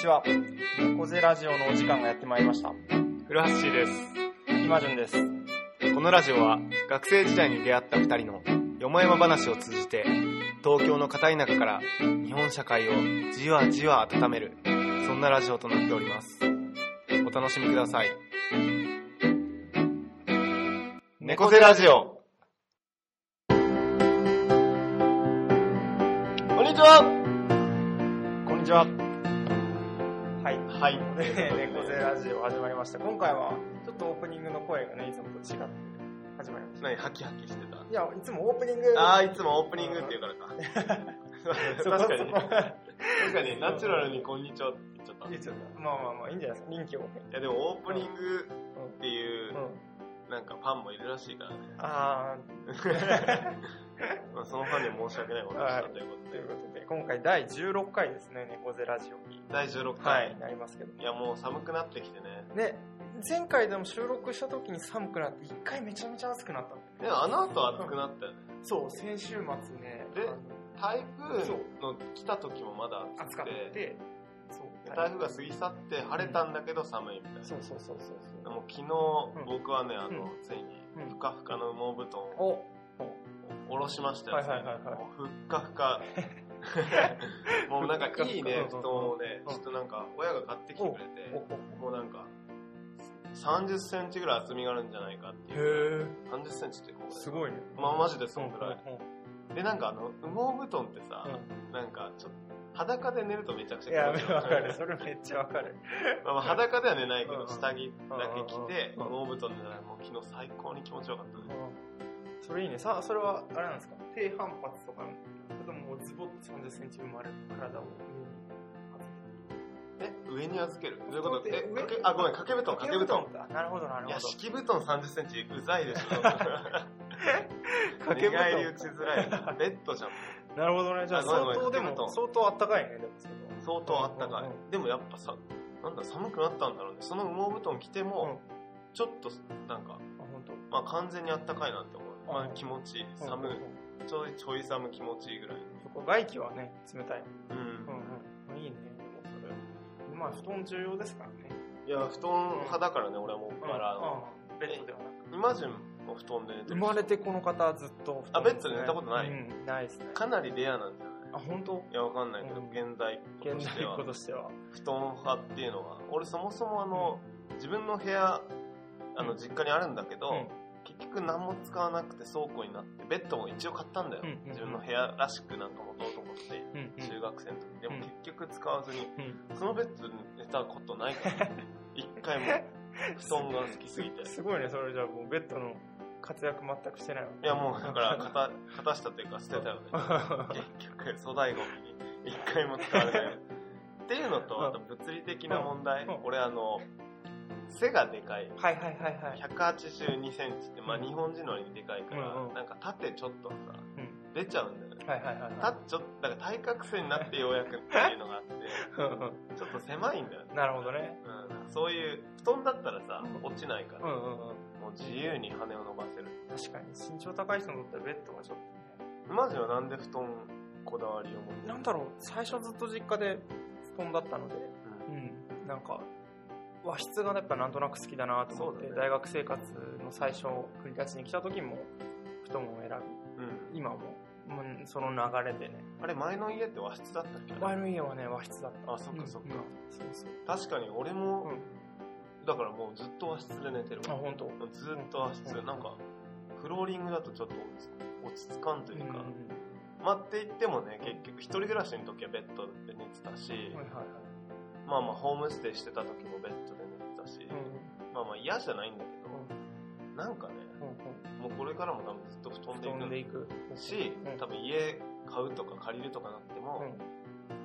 ちは。猫背ラジオのお時間がやってまいりました。古橋です。今順です。このラジオは学生時代に出会った二人のよもやま話を通じて東京の片田舎から日本社会をじわじわ温めるそんなラジオとなっております。お楽しみください。猫背ラジオこんにちはこんにちは。はい。 はい。ということで猫背ラジオ始まりました。今回は、ちょっとオープニングの声がね、いつもと違って始まりまし何ハキハキしてたた。いや、いつもオープニング。あー、いつもオープニングって言うからか。 そこ確かに。そこ確かに、ナチュラルにこんにちはって言っちゃった。いいやちょっとまあまあまあ、いいんじゃないですか。臨機応変。。や、でもオープニングっていううんうん。なんかファンもいるらしいからね。あまあ、そのファンには申し訳ないことをしたというこー、ととでい。うことで、今回第16回ですね、猫背ラジオに。第16は回。い。なりますけど。い、や、もう寒くなってきてね。ね、前回でも収録した時に寒くなって、一回めちゃめちゃ暑くなったんだよねでも、あの後暑くなったよね。そう、先週末ね、であの台風の来た時もまだ暑暑かく、ってて、そう、台風が過ぎ去って晴れたんだけど寒いみたいな。そうそうそうそうそう。でも昨日、ん僕はね、あの、うついに、うんふかふかの羽毛布団をお下ろしましたよ、はいはいはいはいもうふっかふか。もうなんかいいね、布団をね、うんちょっとなんか親が買ってきてくれて、おもうなんか、30センチぐらい厚みがあるんじゃないかっていう。へ30センチってこう、すごいね。まあ、マジでそんぐらい。うんうんで、なんかあの、羽毛布団ってさ、うなんかちょっと、裸で寝るとめちゃくちん。いや、ゃわ気持ち悪かいる。それめっちゃわかる。まあまあ裸では寝ないけうど、ん下着だけ着て、うん羽毛布団で寝たらもう昨日最高に気持ちよかったね。それいいね。さ、それは、あれなんですか低反発とか、それとももうズボッと30センチ生まれる体をえ、上に預けるどういうこ布団っとてえ、上かけあ、ごめん、掛け布団、掛け布団。団。なるほど、なるいや、ほど。敷布団30センチ、うざい でしょ。寝返り打ちづらいな。ベッドじゃん、もなるほどね。じゃああごめんご相め当んで掛け布も、団相当あったかいね、でもそれはう相当あったかうんうんい。でもやっぱさ、なんだ、寒くなったんだろうね。その羽毛布団着ても、ちょっと、なんあ、か、本当。まあ完全にあったかいなって思う。まあうん気持ちいい。寒うんいうん。うんちょいちょい寒気持ちいいぐらい。そこ外気はね、冷たい。うんうん。うん。いいね、でもそれ。まあ、布団重要ですからね。いや、布団派だからね、俺はもう、バラの。うんベッドではなく。イマジンも布団で寝てる。生まれてこの方はずっと布団すね。あベッドで寝たことないうん、ないですね。かなりレアなんじゃないあ、本当いや、わかんないけど、うん現代っ子と現して代っは子。としては。布団派っていうのは、俺そもそもあの、自分の部屋、あうの、ん実家にあるんだけど、うん結局何も使わなくて倉庫になって、ベッドも一応買ったんだよ。うんうんうん自分の部屋らしくなんかもともと持って、うんうん中学生の時。でもうん結局使わずに、うんそのベッドで寝たことないから、ね、一回も布団が好きすぎ て。すごいね、それじゃあもうベッドの活躍全くしてないわいやもう だから片、片下というか捨てたよね。結局、粗大ゴミに一回も使われない。っていうのうん と、あと物理的な問題うん。俺あの、背がでかい。はいはいはいはい。 182センチって、まあ日本人の割にでかいかうんうんら、なんか縦ちょっとさん、出ちゃうんだよね。はいはいはいたはちょっと、だから対角線になってようやくっていうのが あって、い。うんうんちょっと狭いんだよね。なるほどね。うん、そういう、布団だったらさ、落ちないからう、んうんうん。もう自由に羽を伸ばせる。確かに身長高い人にとってはベッドがちょっとねマジはなんで布団こだわりを持ってるなんだろう最初ずっと実家で布団だったのでうんなんか和室がやっぱなんとなく好きだなと思って、そうだね大学生活の最初繰り返しに来た時も布団を選うん。び今ももうその流れでねあれ、前の家って和室だったっけ前の家はね和室だったあ、そっかそっか。うんうんそうそう確かに俺も、うんだからもうずっと和室で寝てるあわ。本当ずっと和室、うんなんか、フローリングだとちょっと落ち落ち着かんというか、うんうん待っていってもね、結局一人暮らしの時はベッドで寝てたし、うんはいはいはいまあまあホームステイしてた時もベッドで寝てたし、うんまあまあ嫌じゃないんだけど、なんかね、うんうんもうこれからも多分ずっと布団で布行団くで行くし、うん多分家買うとか借りるとかなっても、うん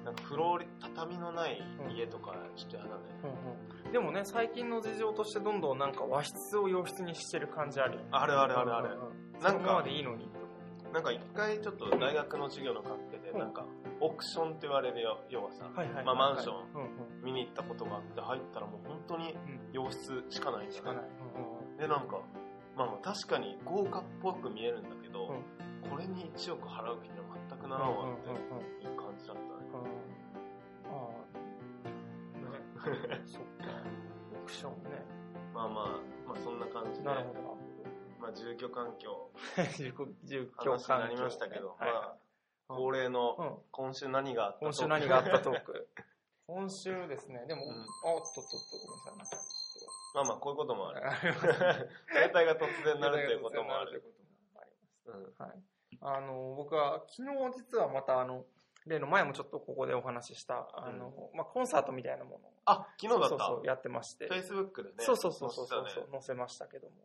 なんかフローリ、畳のない家とかちょっと嫌だね。うんうんでもね最近の事情としてどんどんなんか和室を洋室にしてる感じあるよねあるあるあるある。ななんんかか今までいいのになんか一回ちょっと大学の授業の関係で、うんなんか、オークションって言われるよ、要はさ、はいはいまあマンションうん見に行ったことがあって入ったらもう本当にうん洋室しかなういんんだしかよなねい。うで、なんか、まあまあ確かに豪華っぽく見えるんだけど、これに1億払う気には全くならんわってんうんうんうんうんうんいう感じだったね。あーそっか。オークションね。まあまあ、まあそんな感じで、なる ほどな。まあ住居環境、住住居話環になり境。ましたけど、はいまあ、恒例うのん。今週何があった今週何があったトかーク。 今週ですね、でも、うんあ、ちょっとちょっとごめんなさいな。 まあまあ、こういうこともある。ちょっと。 携帯が突然なるということもある。。うんはい。あの、僕は昨日実はまたあの、例の前もちょっとここでお話しした、あの、まあ、コンサートみたいなものをあ、昨日だっそうそうそうた。やってまして。 Facebook でね。そうそうそうそうそう、載せたね載せましたけども。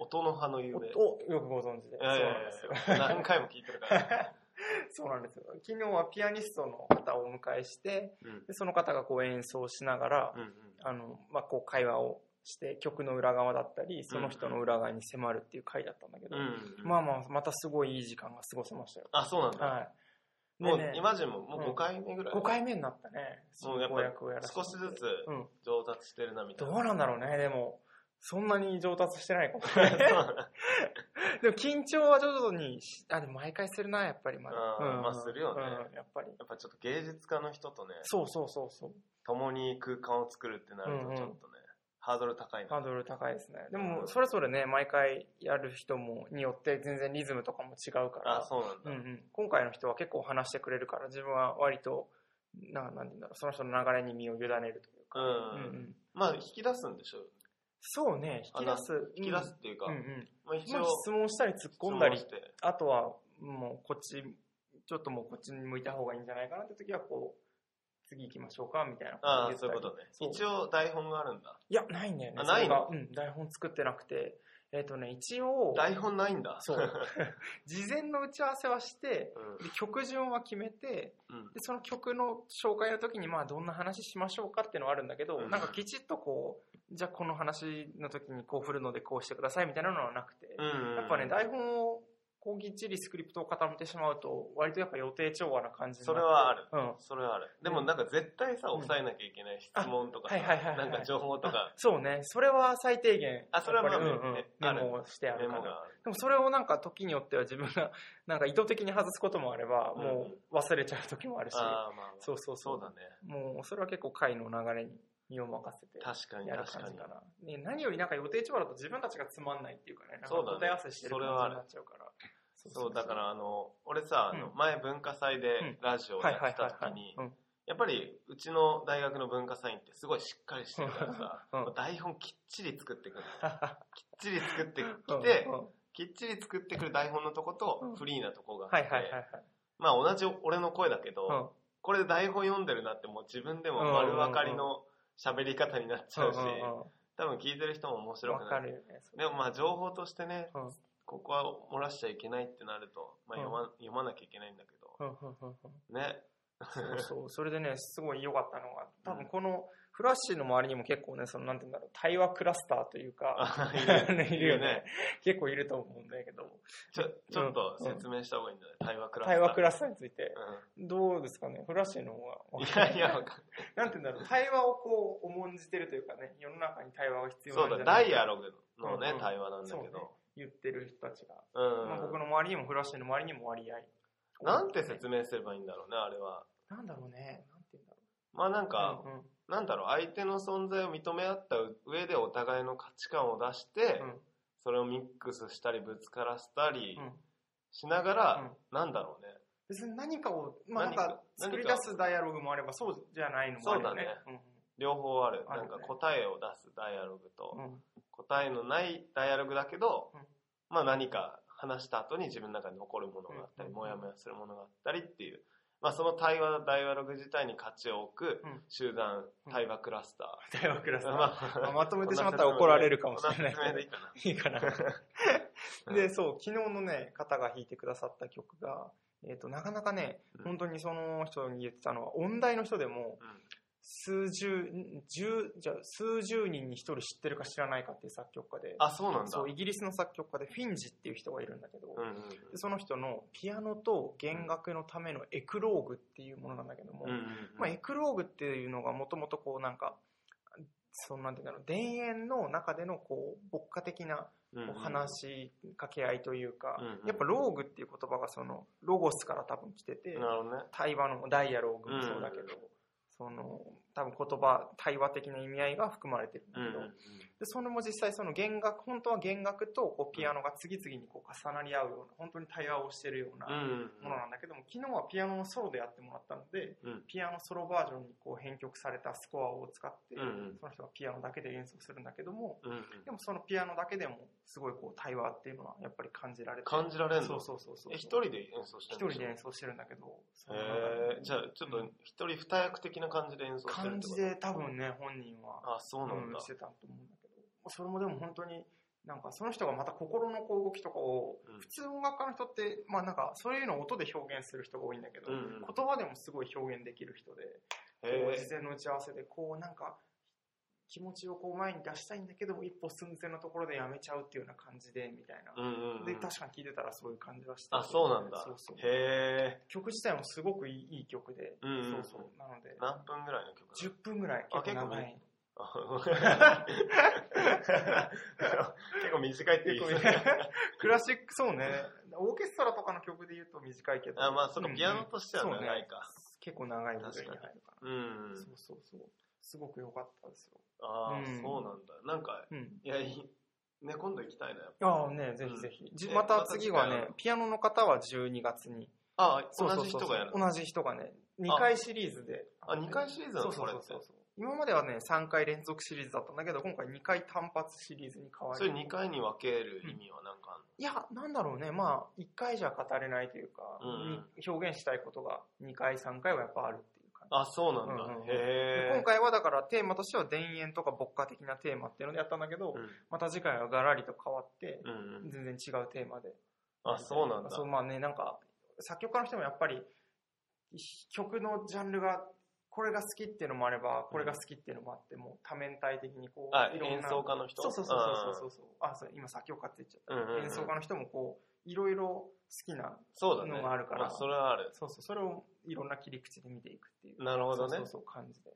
音の葉の夢。お、およくご存知で。いやいやいや何回も聞いてるからね。 そうなんですよ。昨日はピアニストの方をお迎えして、うんでその方がこう演奏しながら、うんうんあの、まあ、こう会話をして、曲の裏側だったり、その人の裏側に迫るっていう回だったんだけど、うんうんまあまあ、またすごいいい時間が過ごせましたよ。あ、そうなんだ。はい。もうでね、今ジンももう5回目ぐらい。 5回目になったね。もうやっぱ公約をやらせて少しずつうん。上達してるなみたいどな。うなんだろうね、でも。そんなに上達してないかも そうなんだでも緊張は徐々にし、あ、でも毎回するな、やっぱりまだ。あーまあするよねうん、やっぱり。やっぱちょっと芸術家の人とね、そうそうそうそう。共に空間を作るってなるとちょっとね、ハードル高いな。ハードル高いですね。でも、それぞれね、毎回やる人も、によって全然リズムとかも違うから。あ、そうなんうだ。んうん、今回の人は結構話してくれるから、自分は割と、ななんて言うんだろう、その人の流れに身を委ねるというか。うんうんうんまあ、引き出すんでしょそうね、引き出す。引き出すっていうか、うんうんまあうん。一まあ応、質問したり突っ込んだり質問、してあとはもうこっち、ちょっともうこっちに向いた方がいいんじゃないかなって時はこう、次行きましょうかみたいなあ感あ、じでそう言っいうたりことね。そう一応台本があるんだ。いや、ないんだよね。あないのそれがうん、台本作ってなくて。えっ、とね、一応、台本ないんだ。そう 事前の打ち合わせはして、で曲順は決めて、うん。うん。でその曲の紹介の時にまあどんな話しましょうかっていうのはあるんだけど、うんなんかきちっとこうじゃあこの話の時にこう振るのでこうしてくださいみたいなのはなくて、うん。やっぱね台本をこうぎっちりスクリプトを固めてしまうと割とやっぱ予定調和な感じになってそれはある。うんそれはある。でもなんか絶対さ、抑えなきゃいけない質問とかさ、うんあはいはいはいはないんか情報と か、そうねそれは最低限あそれはまあやっぱりうんうんねあメるモをしてあメるかモらがある。でもそれをなんか時によっては自分がなんか意図的に外すこともあればうんもう忘れちゃう時もあるし、ああ、まあまあ、そうそうそうそうだね。もうそれは結構回の流れに身を任せて確かにやる確か感じにか。な。ね、何よりなんか予定調和だと自分たちがつまんないっていうかね、なんかそうだね答え合わせしてる感じになっちゃうから。そう、だからあの、俺さ、あのうん前文化祭でんラジオをはいやはいってたはいは時いに。 う、んやっぱりうちの大学の文化祭ってすごいしっかりしてるからさ、うんもう台本きっちり作ってくる。はきっちり作ってはきてうん、うんきっちり作ってくる台本のとことフリーなとこがあはっいて、はいはいはい。まあ同じ俺の声だけど、うんこれで台本読んでるなってもう自分でも丸分かりの喋り方になっちゃうし、多分聞いてる人も面白わくかなるる。よね。それでもまあ情報としてね、うんここは漏らしちゃいけないってなると、まあ読ま,、読まなきゃいけないんだけうんうんうん うんど、ね。そうそう。それでね、すごい良かったのが、多分このフラッシュの周りにも結構ね、そのなんて言うんだろう、対話クラスターというか、あ いるよね。結構いると思うんだけど、ちょ、ちょっと説明した方がいいんじゃない対話クラスター。対話クララスターについて、どうですかね、フラッシュの方がうわん。いかる。やいや、わかんないなんて言うんだろう、対話をこう、重んじてるというかね、世の中に対話が必要そなうんじゃだ、なダいイアログのねう、ん対話なんだけそうねど。言ってる人たちが。うまあ、僕ん。の周りにも、フラッシュの周りにも割合。なんて説明すればいいんだろうね、あれは。なんだろうね、なんて言うんだろまあなんか、う。うんうんなんだろう、相手の存在を認め合った上でお互いの価値観を出して、それをミックスしたり、ぶつからせたりうんうんしながら、うんなんだろうね。別に何かを、まあ、なん何かか作り出すダイアログもあればそうじゃないのもあるよね。両方ある。あるねなんか答えを出すダイアログと、うんうん答えのないダイアログだけど、うんまあ何か話した後に自分の中に残るものがあったり、うんもやもやするものがあったりっていう、まあその対話、ダイアログ自体に価値を置くうん集団うん対話クラスタ対話クラー。スターまま ああ、まとめてしまったら怒られるかもしれないこん説明でいいかけど。いいかな。な。 で、そう、昨日のね、方が弾いてくださった曲が、えっ、と、なかなかね、うん本当にその人に言ってたのは、音大の人でも、数十、ん十、じゃあ数十人に一人知ってるか知らないかっていう作曲家で、あ、そうなんだ。そう、イギリスの作曲家でフィンジっていう人がいるんだけど、うんうんでその人のピアノと弦楽のためのエクローグっていうものなんだけども、うんうんまあ、エクローグっていうのがもともとこうなんか、そのなんていうんだろう、田園の中でのこう、牧歌的なうんお話し掛け合いというか、うんうんやっぱローグっていう言葉がそのロゴスから多分来てて、なるほどね。対話のダイアローグもそうだけど、うんその多分言葉対話的な意味合いが含まれてるんだうんけど、うんうんでそれも実際その弦楽本当は弦楽とこうピアノが次々にこう重なり合うような本当に対話をしてるよううなんものなんだけども昨日はピアノのソロでやってもらったのでうんピアノソロバージョンにこう編曲されたスコアを使ってうんうんその人がピアノだけで演奏するんだけどもうんうんでもそのピアノだけでもすごいこう対話っていうのはやっぱり感じられて感じられんのそうそうそうそうえ一人で演奏して一るん人でしょで演奏してるんだけどその中でえー、じゃあちょっと一人二役的な感じで演奏してるっ感てこじとで多分ね本人はあそうなんうだん、してたと思うんだけど、それもでも本当に、なんかその人がまた心のこう動きとかを、うん普通音楽家の人って、まあなんかそういうのを音で表現する人が多いんだけど、うんうん言葉でもすごい表現できる人で、こうへ事前の打ち合わせでこうなんか、気持ちをこう前に出したいんだけども、一歩寸前のところでやめちゃうっていうような感じで、みたいなー、。うんうんうんで、確かに聴いてたらそういう感じがして。あそうなんだそうそうへえ曲自体もすごくいいいい曲で、うんうんうんそうそう。なので、何分ぐらいの曲なの10分ぐらいあ結構長 結構い。あ結構短いって言いそう結構短い クラシック、そうね。オーケストラとかの曲で言うと短いけど。あまあそのうんピアノとしては長いか結構長い部類に入るかうん、ら。そうそうそう。すごく良かったですよ。ああ、うんそうなんだなんかうん。いやいいね今度行きたいなやっぱああね、ぜひぜひ。じえまた次はまた次ね回、ピアノの方は12月に。あそうそうそ同うじ人がやるの同じ人がね、2回シリーズで。あ二回シリーズなそのうそこうれそっうてそう。今まではね、3回連続シリーズだったんだけど、今回2回単発シリーズに変わそれり。 2回に分ける意味はなんかあんの、いや、なんだろうね、まあ、1回じゃ語れないというか、うんうんに表現したいことが2回、3回はやっぱあるっていう感じ。あそうなんだ、うんうんうんでへえ今回はだからテーマとしては田園とか牧歌的なテーマっていうのでやったんだけど、また次回はガラリと変わって、うん、うんうん、全然違うテーマで。あそうなんだそう、まあね、なんか、作曲家の人もやっぱり、曲のジャンルが、これが好きっていうのもあれば、これが好きっていうのもあって、もう多面体的にこう、あいろん演な。奏家の人そうそうそうそうそうそう。あ、そう今作曲家って言っちゃった。うんうんうんうん演奏家の人もこう、いろいろ好きな、そうだねのがあるからまそれはあるそうそう、それをいろんな切り口で見ていくっていう。なるほどそねうそうそう、感じで。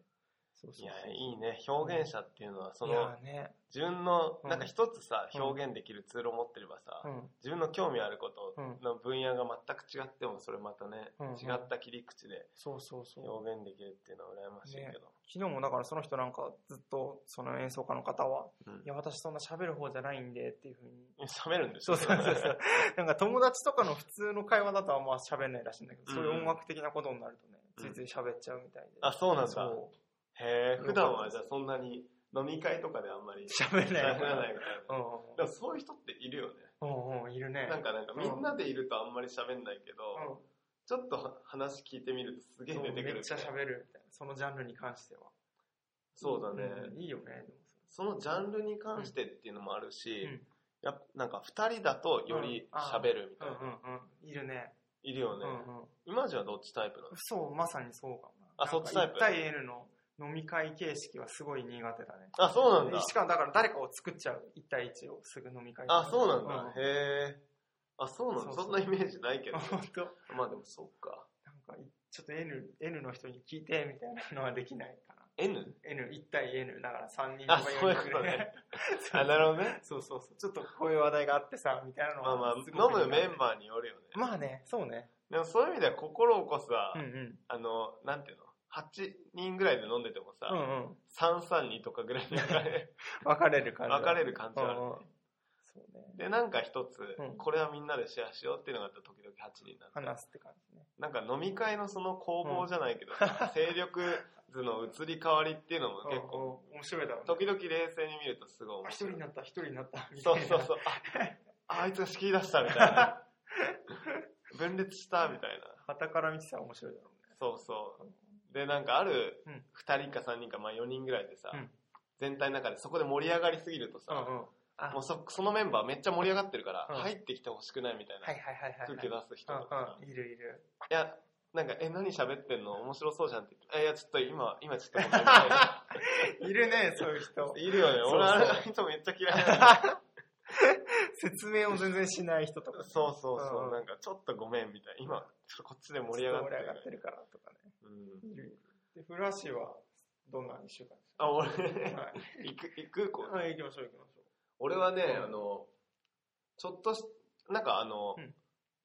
そうそうそう。いやいいね表現者っていうのはそいやのーね、自分のうんなんか一つさ、うん表現できるツールを持ってればさ、うん。自分の興味あるこうんとの分野が全く違ってもそれまたね、うんうん違った切り口でそうそうそう。表現できるっていうのは羨ましいけど、昨日もだからその人なんかずっとその演奏家の方は、うんいや、私そんな喋る方じゃないんでっていうふうに。喋るんでしそょうそうそう そう。なんか友達とかの普通の会話だとはまあ喋んないらしいんだけど、うんそういう音楽的なことになるとね、うんついつい喋っちゃうみたいで。あそうなんだそへえ普段はじゃあそんなに飲み会とかであんまりう。喋れ喋ならい。ないみたいな、うんでもそういう人っているよねうん。うんうん、いるね。なんかなんかうんみんなでいるとあんまり喋んないけど、うん、ちょっと話聞いてみるとすげえそう出てくるめっちゃ喋るみたいな。そのジャンルに関しては。そうだね、うんいいよね。でもそのジャンルに関してっていうのもあるし、うんやっぱなんか2人だとより喋るみそたいれな、うんうんうん。いるね。いるようね、んうん。今じゃどっちタイプなのそう、まさにそうかもな。あなんかそっちタイプ1対 N の飲み会形式はすごい苦手だね。あそうなんだしかもだから誰かを作っちゃう。1対1をすぐ飲み会あそうなんだ、うんへえあそうなんだそそうそうんなイメージないけ ど本当まあでもそっかなんか、ちょっと N、N の人に聞いてみたいなのはできないかな。 N? N、1対 N だから3人あそうい四うこ人とぐらいねあなるほどねそうそうそう。ちょっとこういう話題があってさ、みたいなのまあはまあす飲ごくむメ苦ンバーによるよね、手まあね、そうね。でもそういう意味では心を起こすは、うんうん。あのなんていうの8人ぐらいで飲んでてもさ、うんうん。 332とかぐらいに分か れ分かれる感じ。分かれる感じはあるうんねうんそうね。で、なんか一つ、うんこれはみんなでシェアしようっていうのがあったら時々8人になって、話すって感じね。なんか飲み会のその攻防じゃないけど、 勢力図の移り変わりっていうのも結構、うんうん面白いだろうね。時々冷静に見るとすごいあ面一人白いに。なった、一人になった、みたそいうな。そうそう、あ、あいつが仕切り出したみたい な。分裂したみたいな。旗から見てたら面白いだろそうそう。で、なんかあるうん2人か3人か、まあ4人ぐらいでさ、うん全体の中でそこで盛り上がりすぎるとさ、うね。うんうん。あもうそそのメンバーめっちゃ盛り上がってるから、うん入ってきてほしくないみたいなはいはいはいはい。空気出す人とかさ、うんうん、いるいる。いや、なんか、え、何喋ってんの面白そうじゃんって言って、えいや、ちょっと今、今ちょっとごめんみた いな。いるね、そういう人。いるよね。俺、そうそうあれ、いつもめっちゃ嫌いなんだ。説明を全然しない人と か。そうそうそう、うんなんか、ちょっとごめんみたいな。今、ちょっとこっちで盛り上がって盛るり上がってるからとかね。うん。いるいる。で、フラッシュは、どんな一週間ですあ、俺、かは行く、行くこい。うはい、行きましょう行きましょ俺はね、うんあの、ちょっとし、なんかあの、うん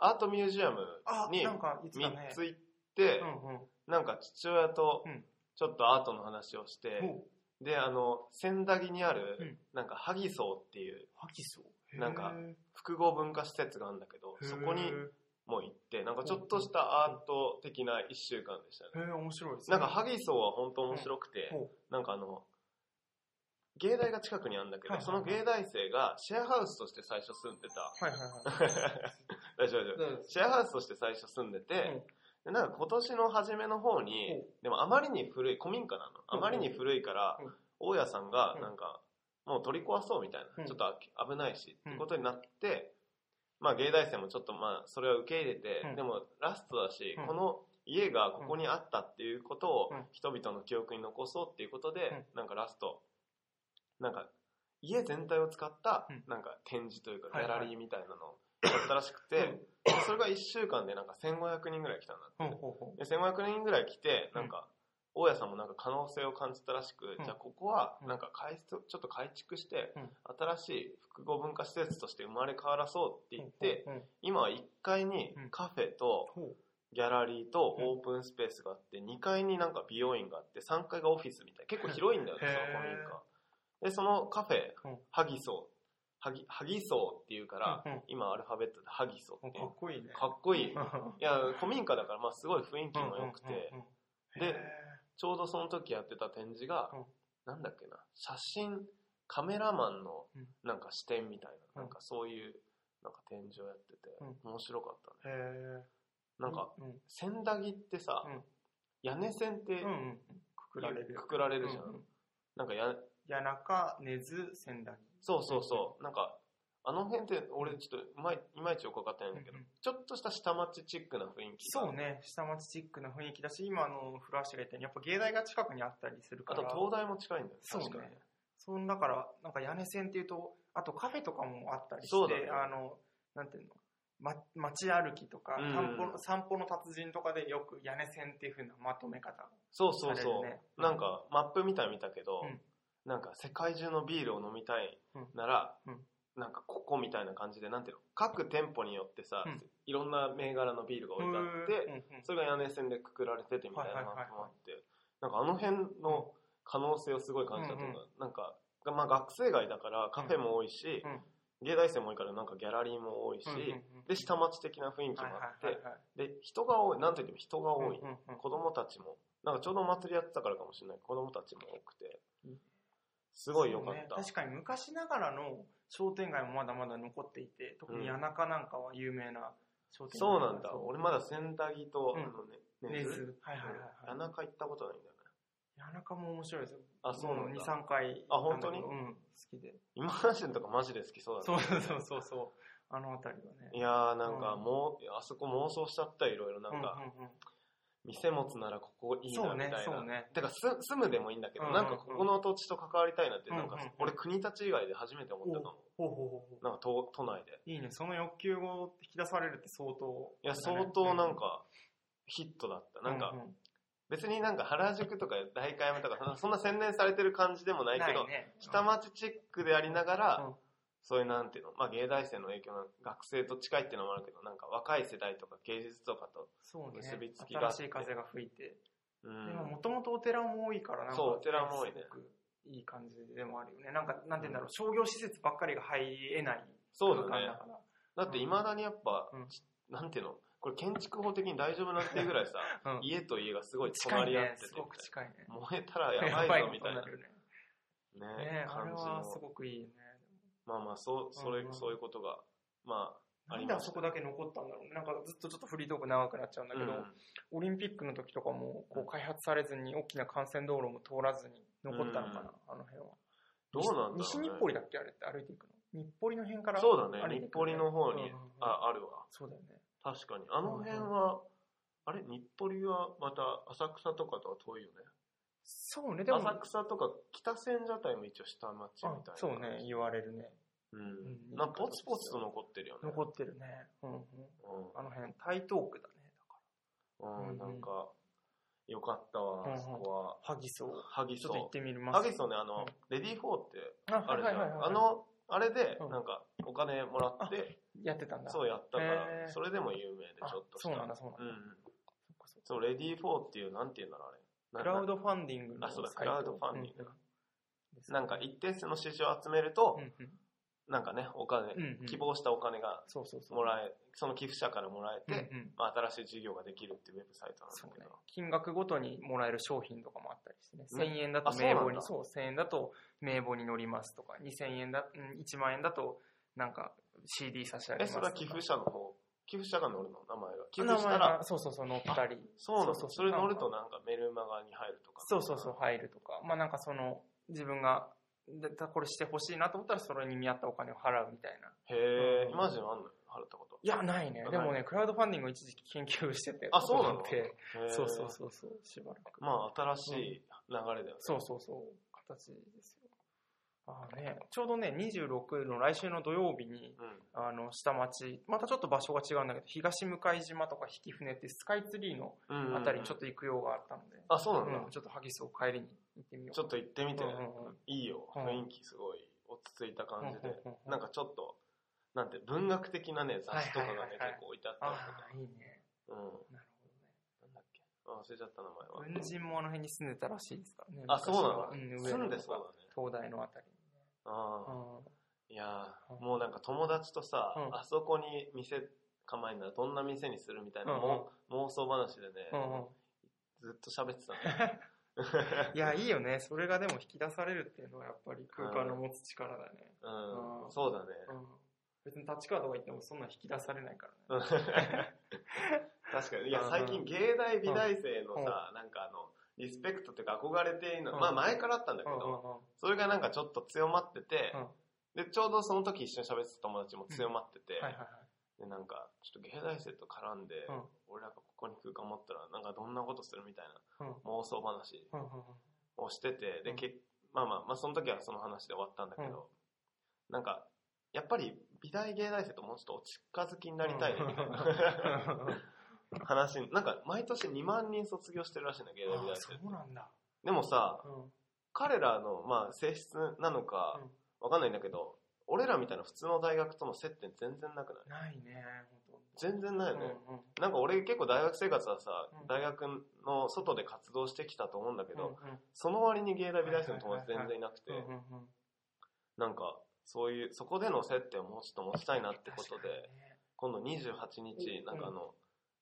アートミュージアムう。あ、になんか、いつかね。 3つ行って、うんうん。なんか父親とうん、ちちょっとアートの話をして、おで、あの、千駄木にある、うんなんか、萩荘っていうハギソウなんか複合文化施設があるんだけど、そこにへもう行って、なんかちょっとしたアート的な一週間でしたね。え、面白いですなね。んか、ハギソーは本当面白くて、ほなんかあの、芸大が近くにあるんだけど、はいはいそはのい芸大生がシェアハウスとして最初住んでた。うはいはい はい。大丈夫大丈うん夫。シェアハウスとして最初住んでて、でなんか今年の初めの方に、ほでもあまりに古い、古民家なの。あまりに古いからうん、大家さんがうんなんか、もう取り壊そうみたいな、うんちょっとあ危ないし、うんってことになって、まあ芸大生もちょっとまあそれは受け入れて、うんでもラストだし、うんこの家がここにあったっていうことをうん人々の記憶に残そうっていうことで、なんかラスト、なんか家全体を使ったうんなんか展示というかはギいはャいラリーみたいなのをやったらしくて、それが1週間でなんか1500人ぐらい来たんだって。ほうほうほで1500人ぐらい来てうんなんか、大家さんもなんか可能性を感じたらしく、うんじゃあここはうんなんか改築ちょっと改築して、うん新しい複合文化施設として生まれ変わらそうってう。言って、ほうほう今は1階にうんカフェとほう、ギャラリーとうんオープンスペースがあって、2階になんか美容院があって3階がオフィスみたいな結構広いんだよへねーその古民家でそのカフェ、うんハギソウハギハギソウっていうから、うんうん今アルファベットでハギソウほっうていかうっこいいね。かっこいいっいや古民家だからまあすごい雰囲気も良くて、でで、ちょうどその時やってた展示が、うんなんだっけな、写真、カメラマンのうんなんか視点みたいな、うんなんかそういうなんか展示をやってて、う面白かったね。へえ。なんか、うん、千駄木ってさ、うん屋根線ってうんうん、くくられる。くくられるじゃん。うんうんなんかや、谷中、根津、仙台。そうそうそう、なんか、あの辺って俺ちょっとうまいいまいちよくわかってないんだけど、うんうんちょっとした下町チックな雰囲気がそうね、下町チックな雰囲気だし、今あの古橋が言ったように、やっぱ芸大が近くにあったりするあかとら、東大も近いんだよね。そうね確かにね。そんだから、なんか屋根線っていうと、あとカフェとかもあったりして、そうだねあの、なんていうの、ま、街歩きとか、うん散歩の散歩の達人とかでよく屋根線っていう風なまとめ方そうそうされるそう、ねなんかマップみたいの見たけど、うんなんか世界中のビールを飲みたいうんなら、うんなんかここみたいな感じでなんていうの各店舗によってさ、うんいろんな銘柄のビールが置いてあって、うんうんそれが屋根線でくくられててみたいなはいはいはいはいマップもあって、なんかあの辺の可能性をすごい感じたというか、うなんか、まあ、学生街だからカフェも多いし、うん芸大生も多いからなんかギャラリーも多いし、うんうんうんで下町的な雰囲気もはいはあって、いはいはいで人が多いなんといっても人が多い、うんうんうん子供たちもなんかちょうどお祭りやってたからかもしれない子供たちも多くてすごい良かっそた、うね確かに昔ながらの商店街もまだまだ残っていて、特に谷中なんかは有名な商店街そうなんだ俺まだ千駄木と、うんあのね根根津津。はいはいはいはい。谷中行ったことないんだよね谷中も面白いですよ。あそうなんだ2、3回。あ本当にうん、好きで。今話とかマジで好きそうだそうねそうそうそう。あの辺りはね。いやーなんかうんもう、あそこ妄想しちゃったよいろいろなんか、うんうんうん店持つならここいいなそうみたいねな、、そうね。てかす住むでもいいんだけど、うんなんかここの土地と関わりたいなってなんか、うんうん俺国立以外で初めて思ったかもほうほうほうほなんか都都内でう。いいね、その欲求を引き出されるって相当。いや相当なんかヒットだったなんか、うう別になんか原宿とか代官山とかそんなそんな洗練されてる感じでもないけど、ね下町チックでありながら、うんそういうなんていうの、まあ、芸大生の影響の学生と近いっていうのもあるけどなんか若い世代とか芸術とかと、そうね。結びつきがあって新しい風が吹いて。うんでも、もともとお寺も多いから、なんか、そうお寺も多いねすごくいい感じでもあるよね。なんか、なんて言うんだろう、商業施設ばっかりが入れないそうだ空間ねだから。だっていまだにやっぱ、うんなんていうのこれ建築法的に大丈夫なんていうぐらいさうん家と家がすごい近い隣りね、合っててすごく近いね。燃えたらやばいぞみたいやなばことにるね。ねねあ感れじはすのごくいいね。まあまあそうそれ、うんうんそういうことがまああなんりであまそしたこだけ残ったんだろうね。なんかずっとちょっとフリートーク長くなっちゃうんだけど、うんオリンピックの時とかもこう開発されずに大きな幹線道路も通らずに残ったのかな、うんあの辺は。どうなんだろうね西西日暮里だっけあれって歩いていくの。日暮里の辺から。そうだね歩いて日いくよ暮里の方に、うんうんうんああるわそうだよね。確かにあの辺は、あれ日暮里はまた浅草とかとは遠いよねそうね、でも、浅草とか北千社台も一応下町みたいなあそうね、言われるね。うん、うんなんかポツポツと残ってるよね残ってるね。うんうん、うんあの辺、台東区だね。う、うんんなんか、よかったわ、うんうんそこハギソはウ。。ハギちょっとソ行っウ。てみます。ハギソウね、あの、レディー4ってあ、あはるいじはゃいはい、ん。はい。あ、の、あれでう、んなんか、お金もらって、やってたんだ。そうやったからへ、ーそれでも有名で、ちょっとした。あそうなんだ、そうなんだ。うんうんそっかそっかそう、レディー4っていう、なんていうんだろう、あれ。クラウドドファンディングのあそうだサイトクラウドファンディンうグんうんなんか一定数の支持を集めると、うんうんなんかね、お金、うんうん希望したお金がそうそうそうもらえ、その寄付者からもらえて、うんうんまあ、新しい事業ができるっていうウェブサイトなんだそうけねど。、金額ごとにもらえる商品とかもあったりしてね、ね1000円だとあそう名なんだ簿に、そう1000円だと名簿に載りますとか、2000円だ、うん1万円だと、なんか CD 差し上げまえ、すそとれか。は寄付者の方、寄付者が乗るの名前が。寄名前付したがら、そうそうそう、載ったり。そうなのそうそうそれ乗るとなんかメルマガに入るとか。そうそうそう、入るとか。まあなんかその、自分が、だこれしてほしいなと思ったら、それに見合ったお金を払うみたいな。へうえ、ん今まであんのよ払ったこと。いや、ないねな。いでもね、クラウドファンディングを一時期研究してて。あ、そうなの思ってへえそうそうそうそう、しばらく。まあ、新しい流れだよね。そうそうそう、形ですよ。ああね、ちょうどね、26の来週の土曜日に、うん。あの、下町、またちょっと場所が違うんだけど、東向島とか引船ってスカイツリーのうんうんうんあたりにちょっと行く用があったので、あ、そうなんうんだ。ちょっとハギスを帰りに行ってみよう。ちょっと行ってみてうんうんうん、いいよ。うん雰囲気すごい落ち着いた感じで。うんうんうんなんかちょっと、なんて、文学的なね、雑誌とかがはいはねいはいはい、結構置いてあったりとあか。あ、いいね。うん。なるほどね。なんだっけ。あ忘れちゃった名前は。軍人もあの辺に住んでたらしいですからね。あ、そうなの、昔は住うんん、上野でとそうだか、ね。東大のあたりに。あうあ、んいやーうんもうなんか友達とさ、うんあそこに店構えるならどんな店にするみたいな、うんもう妄想話でね、うんうんずっと喋ってた んだよいや、いいよね。それがでも引き出されるっていうのはやっぱり空間の持つ力だね。うんう、んそうだね。うん。別に立川とか行ってもそんな引き出されないからね。 うん確かに。いやう、ん最近芸大美大生のさ、なんかあの、リスペクトっていうか憧れているの、うんまあ前からあったんだけうんど、うんうんそれがなんかちょっと強まってて、うんで、ちょうどその時一緒に喋ってた友達も強まってて、はいはいはい。で、なんか、ちょっと芸大生と絡んで、うん俺らがここに空間持ったら、なんかどんなことするみたいうんな妄想話うんう んうんをしてて、うで、んけまあまあ、まあその時はその話で終わったんだけど、なんか、やっぱり美大芸大生ともうちょっとお近づきになりたいね、みたいな話に、なんか毎年2万人卒業してるらしいんだ、芸大美あ大あ生そって。うなんだ。でもさ、うん彼らの、まあ、性質なのかうん、わかんないんだけど、俺らみたいな普通の大学との接点全然なくなないいね、ほとん全然ないよどね。うんうんなんか俺結構大学生活はさ、うん大学の外で活動してきたと思うんだけど、うんうんその割に芸大美大生の友達全然いなくて、うんうんうんなんかそういう、そこでの接点をもうちょっと持ちたいなってこと確かにで、ね今度28日う、んなんかあの、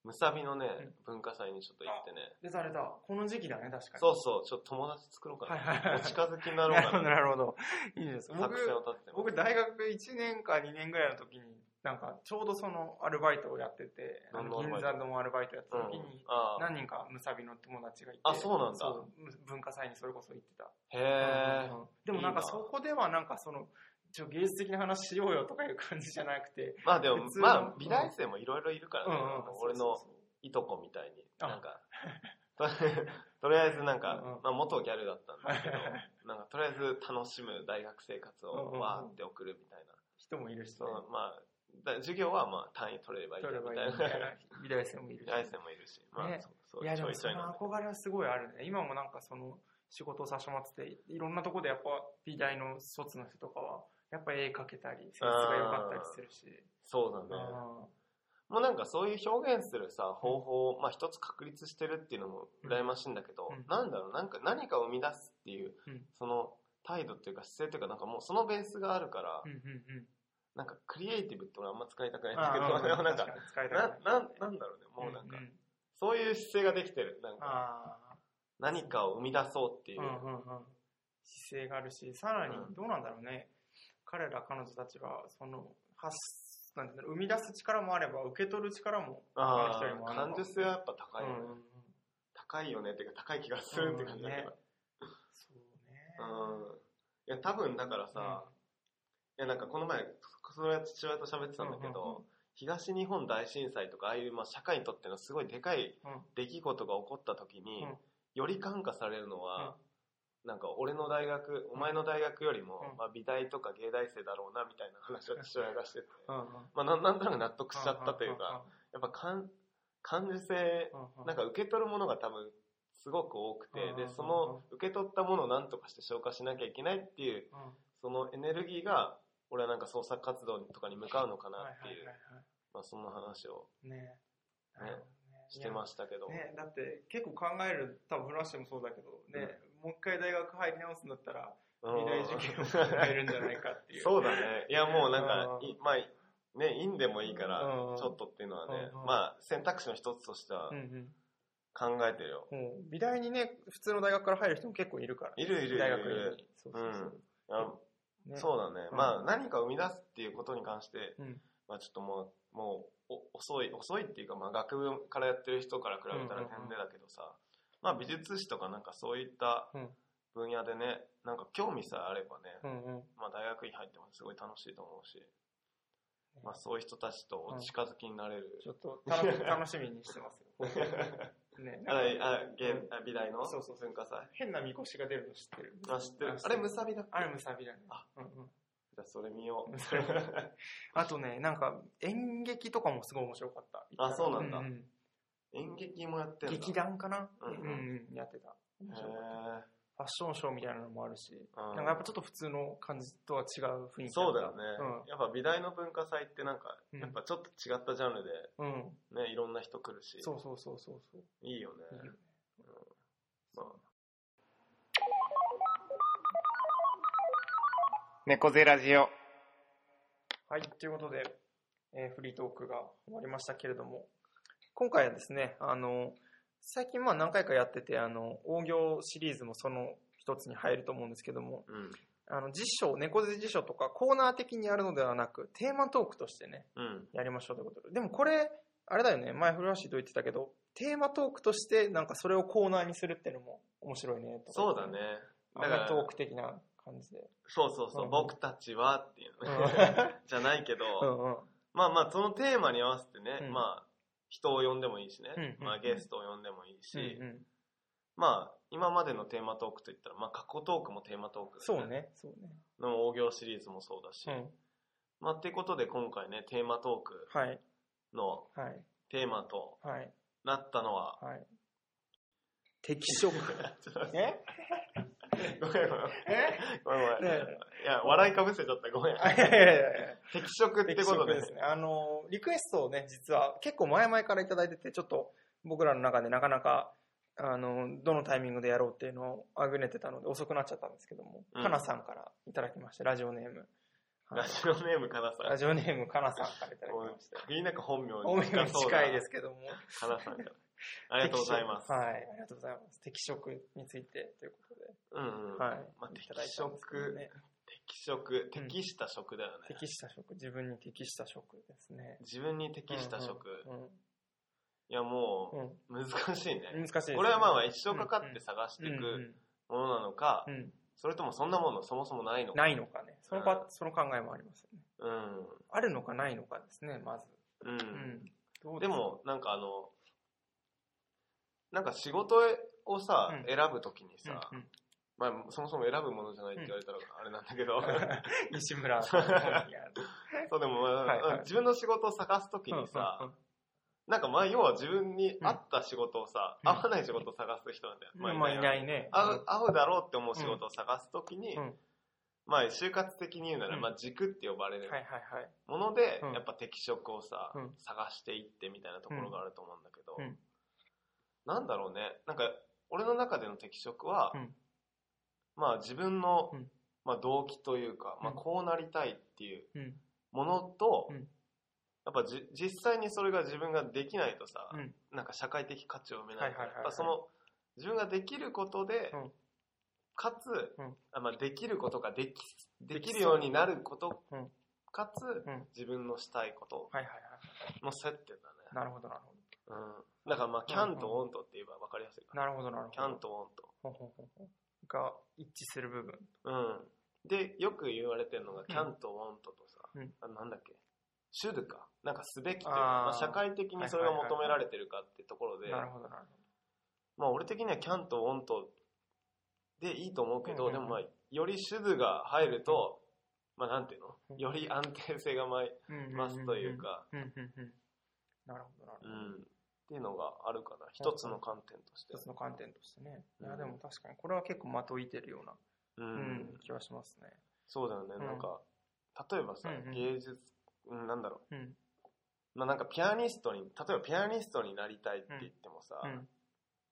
むさびのねうん、文化祭にちょっと行ってね、で、された。この時期だね、確かに。そうそう、ちょっと友達作ろうかはいはいな。はいお近づきになろうなるほかど、な。なるほど。いいです。僕作、戦を立ててます。僕大学1年か2年ぐらいの時に、なんかちょうどそのアルバイトをやってて、あの何銀のアルバ座イトのアルバイトやってた時うんに、、ああ何人かムサビの友達がいて、あそうなんだそう文化祭にそれこそ行ってた。へえう。んでもなんかいいなそこではなんかその、ちょ芸術的な話しようよとかいう感じじゃなくて、まあでも普、通のまあ、美大生もいろいろいるからね、なんか俺のそうそういとこみたいに、あなんか、と とりあえずうなんんうかん、まあ元ギャルだったん だけど、なんかとりあえず楽しむ大学生活うんうんうんをわーって送るみたいな。そう人もいるし、ね、そのまあ、だ授業はまあ単位取れればいい取ればいみいたいみたいな な。美大生もいるし、大生もいるし、まあねそうそう、いやちでょもいちそょいなんので。憧れはすごいあるね。今もなんかその仕事をさせてもらってて、いろんなとこでやっぱ美大の卒の人とかは、やっぱ絵描けたり、性質が良かったりするし。そううだね。んもうなんかそういう表現するさ、方法を、まあ一つ確立してるっていうのも羨ましいんだけどうん、なんだろう、なんか何かを生み出すっていううん、その態度っていうか姿勢というか、なんかもうそのベースがあるからうん、うんうん。なんかクリエイティブって俺あんま使いたくないんだけあど、であも なんか、確に使えたなね、ななんだろうね、もうなんか、そういう姿勢ができてる。なんか、ああ、何かを生み出そうっていうう。んうんうん。姿勢があるし、さらにうんどうなんだろうね。彼ら彼女たちは、その、発、なんていうの、生み出す力もあれば、受け取る力も、あ他の人にあ、もあるの感か受性はやっぱ高ういよね。んうんうん高いよねっていうか、高い気がするって感じだけど。そううね。ん。いや、多分だからさ、いや、なんかこの前、それは父親と喋ってたんだけうんうんど、東日本大震災とか、ああいう、まあ、社会にとってのすごいでかいうん出来事が起こった時にうん、より感化されるのうんは、なんか俺の大学、お前の大学よりもうん、まあ、美大とか芸大生だろうな、みたい な話を父親がしてて。うんうん。まあ、なんなんとなく納得しちゃったというか、やっぱ感、感受性う、んうん、なんか受け取るものが多分すごく多くてう、んで、その受け取ったものを何とかして消化しなきゃいけないっていう、うん、はそのエネルギーが、俺はなんか創作活動とかに向かうのかいなはっていいはう、いはまあそんな話を。い。ねねなるほどねしてましたけど、ね、だって結構考える、多分フラッシュもそうだけど、ね、もう一回大学入り直すんだったら、うん未来受験を考えるんじゃないかっていう。そうだね。いや、もうなんか、うんいまあ、ね、インでもいいからうん、ちょっとっていうのはねうん、まあ、選択肢の一つとしてはうんうん。考えてるよ。もう美大にね、普通の大学から入る人も結構いるから、いるいるいる大学院いるに。そうそうそう。あねそうだね。うんまあ、何か生み出すっていうことに関してうん、まあ、ちょっともう、もう、お遅い、遅いっていうか、まあ、学部からやってる人から比べたらうんうんうん年齢だけどさ、まあ、美術史とかなんかそういったうん分野でね、なんか興味さえあればね、うんうん。まあ、大学院入ってもすごい楽しいと思うし、まあ、そういう人たちとお近づきになれる。ちょっと楽 し楽しみにしてますよ。ね、ああ、芸うんあ美大のそうそうそう文化祭。変なみこしが出るの知ってる。あ、知ってる。あれ、むさびだっけあれむさびだね。あうんうんじゃあそれ見よう。あとね、なんか演劇とかもすごい面白かった。あそうなんだう演劇もやってるんだ。劇団かなううんんうんうん、やってた。へ面白かったーファッションショーみたいなのもあるし、うんなんかやっぱちょっと普通の感じとは違う雰囲気そうだよね。ね。やっぱ美大の文化祭ってなんか、うんやっぱちょっと違ったジャンルうん。うん。で、ね、いろんな人来るし、そうそうそうそうそう。いいよね。いいよねまあ猫背ラジオ。はい、ということで、えーフリートークが終わりましたけれども、今回はですね、あの、最近まあ何回かやってて、あの、大行シリーズもその一つに入ると思うんですけども、うん。あの、辞書、猫背辞書とかコーナー的にやるのではなく、テーマトークとしてね、うん。やりましょうということで。でもこれ、あれだよね、前古橋と言ってたけど、テーマトークとしてなんかそれをコーナーにするっていうのも面白いね、とか。そうだね。だアからメトーク的な感 じで。そうそうそう、うん僕たちはっていうう ね、んじゃないけど、うんうん。まあまあ、そのテーマに合わせてね、うんまあ、人を呼んでもいいしね、うんうんまあ、ゲストを呼んでもいいし、うんうんまあ、今までのテーマトークといったら、まあ、過去トークもテーマトーク、そう。ね、そうね。の大行シリーズもそうだし、うん。まあ、ってことで今回ね、テーマトークはい、のはい、テーマとはい、なったのは、はい。適色。ちょっと待ってえごめん ごめん。えごめんごめん。ねいや、笑いかぶせちゃった。ごめん。あいやいやいやいや 適色って適こと色で。ですね。あの、リクエストをね、実は結構前々からいただいてて、ちょっと僕らの中でなかなか、あの、どのタイミングでやろうっていうのをあぐねてたので遅くなっちゃったんですけども、うんかなさんからいただきました、ラジオネーム。はい ラジオネームかなさラん。ジオネームかなさんからいただきました。限りなく本名お目に。が近いですすけども。かなさんから。ありがとうございます。はい、ありがとうございます。適色についてということで。うんうん。はい。まあいただいたんですけどね適色。適した食だよね。適した食、自分に適した食ですね。自分に適した食。ういや、ん。もうん。う、難しい難ね。しいですねこれはまあまあ一生かかって探してういんくものなのかう、んうんそれともそんなものそもそもないのか。ないのかね。そのパその考えもありますよね。うん。あるのかないのかですね、まず。う。うんん。どうでですか、も、なんかあの、なんか仕事をさ、うん選ぶときにさ、うんうんまあ、そもそも選ぶものじゃないって言われたらあれなんだけど、 西村さんの方にある そうでも、まあはいはい自分の仕事を探すときにさ、なんかまあ、要は自分に合った仕事をさ、うん合わない仕事を探す人なんだよ。。うんうんまあ、いないいね。合う、合うだろうって思う仕事を探すときに、うんまあ、就活的に言うなら、うんまあ、軸って呼ばれるはいはいはい。もので、うんやっぱ適職をさ、うん探していってみたいなところがあると思うんだけど、うんなんだろうねなんか俺の中での適職は、うんまあ自分の、うんまあ、動機というか、まあ、うんこうなりたいっていううん。ものと、うんやっぱじ実際にそれが自分ができないとさ、うんなんか社会的価値を埋めないから、はいはいはいはいやっぱその自分ができることで、うんかつ、うんあまあ、できることができできるようになること、うんかつ、うん自分のしたいことはいはいはい。の接点だね、なるほどなるほうん、だからまあキャンとオンとって言えば分かりやすいかど。な、なるほどなるほど。キャンとオンとほうほうほうほうが一致する部分。うんでよく言われてるのがキャンとオンととさ、うんあなんだっけシュルかなんかすべきというかあーまあ、社会的にそれが求められてるかってところで、なるほどなるまあ俺的にはキャンとオンとでいいと思うけど、うんうんでもまあよりシュルが入ると、まあなんていううのんより安定性が増ほど。うんうんうんうん増すという。か、うんうんうん。なるほどなるほうど。んっていうのがあるかな一つの観点として一つの観点としてね。いうんや、でも確かに、これは結構まといてるような、ううんん、気はしますね。そうだよね、うんなんか例えばさ、うんうん芸術うんなんだろうん。うまあなんかピアニストに、例えばピアニストになりたいって言ってもさ、うん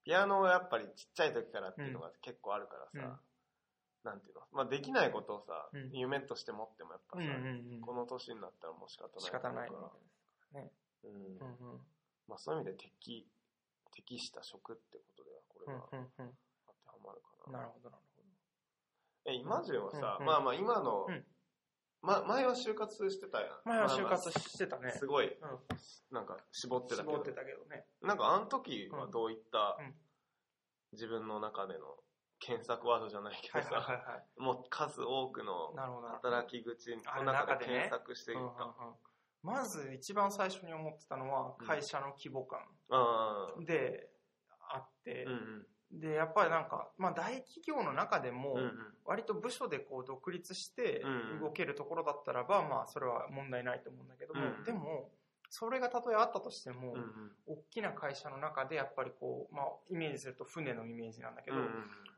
ピアノをやっぱりちっちゃい時からっていうのが結構あるからさ、なんていうの、まあできないことをさ、うん夢として持ってもやっぱうんさ、うんうんこの年になったらもう仕方ない仕方ないかねら。うんうんうんまあそういう意味で適、適した職ってことでは、こうれんはうんうん当てはまるかな。なるほどなるえ、今順はさ、うんまあまあ今の、うんま、前は就活してたやん。ほど前は就まあま活してたあねすごい、うんなんか絞ってたけ絞どっ。てたけどねなんかあの時はどういったうんうん自分の中での検索ワードじゃないけどさ、いはもう数多くのなるほどなるほど働き口あの中中ででね検索していっうんうんた。うんまず一番最初に思ってたのはうん会社の規模感あーであってうんうんでやっぱりなんかまあ大企業の中でもうんうん割と部署でこう独立してうん動けるところだったらば、まあそれは問題ないと思うんだけども、うんでもそれがたとえあったとしても、うんうん大きな会社の中でやっぱりこう、まあ、イメージすると船のイメージなんだけど、うん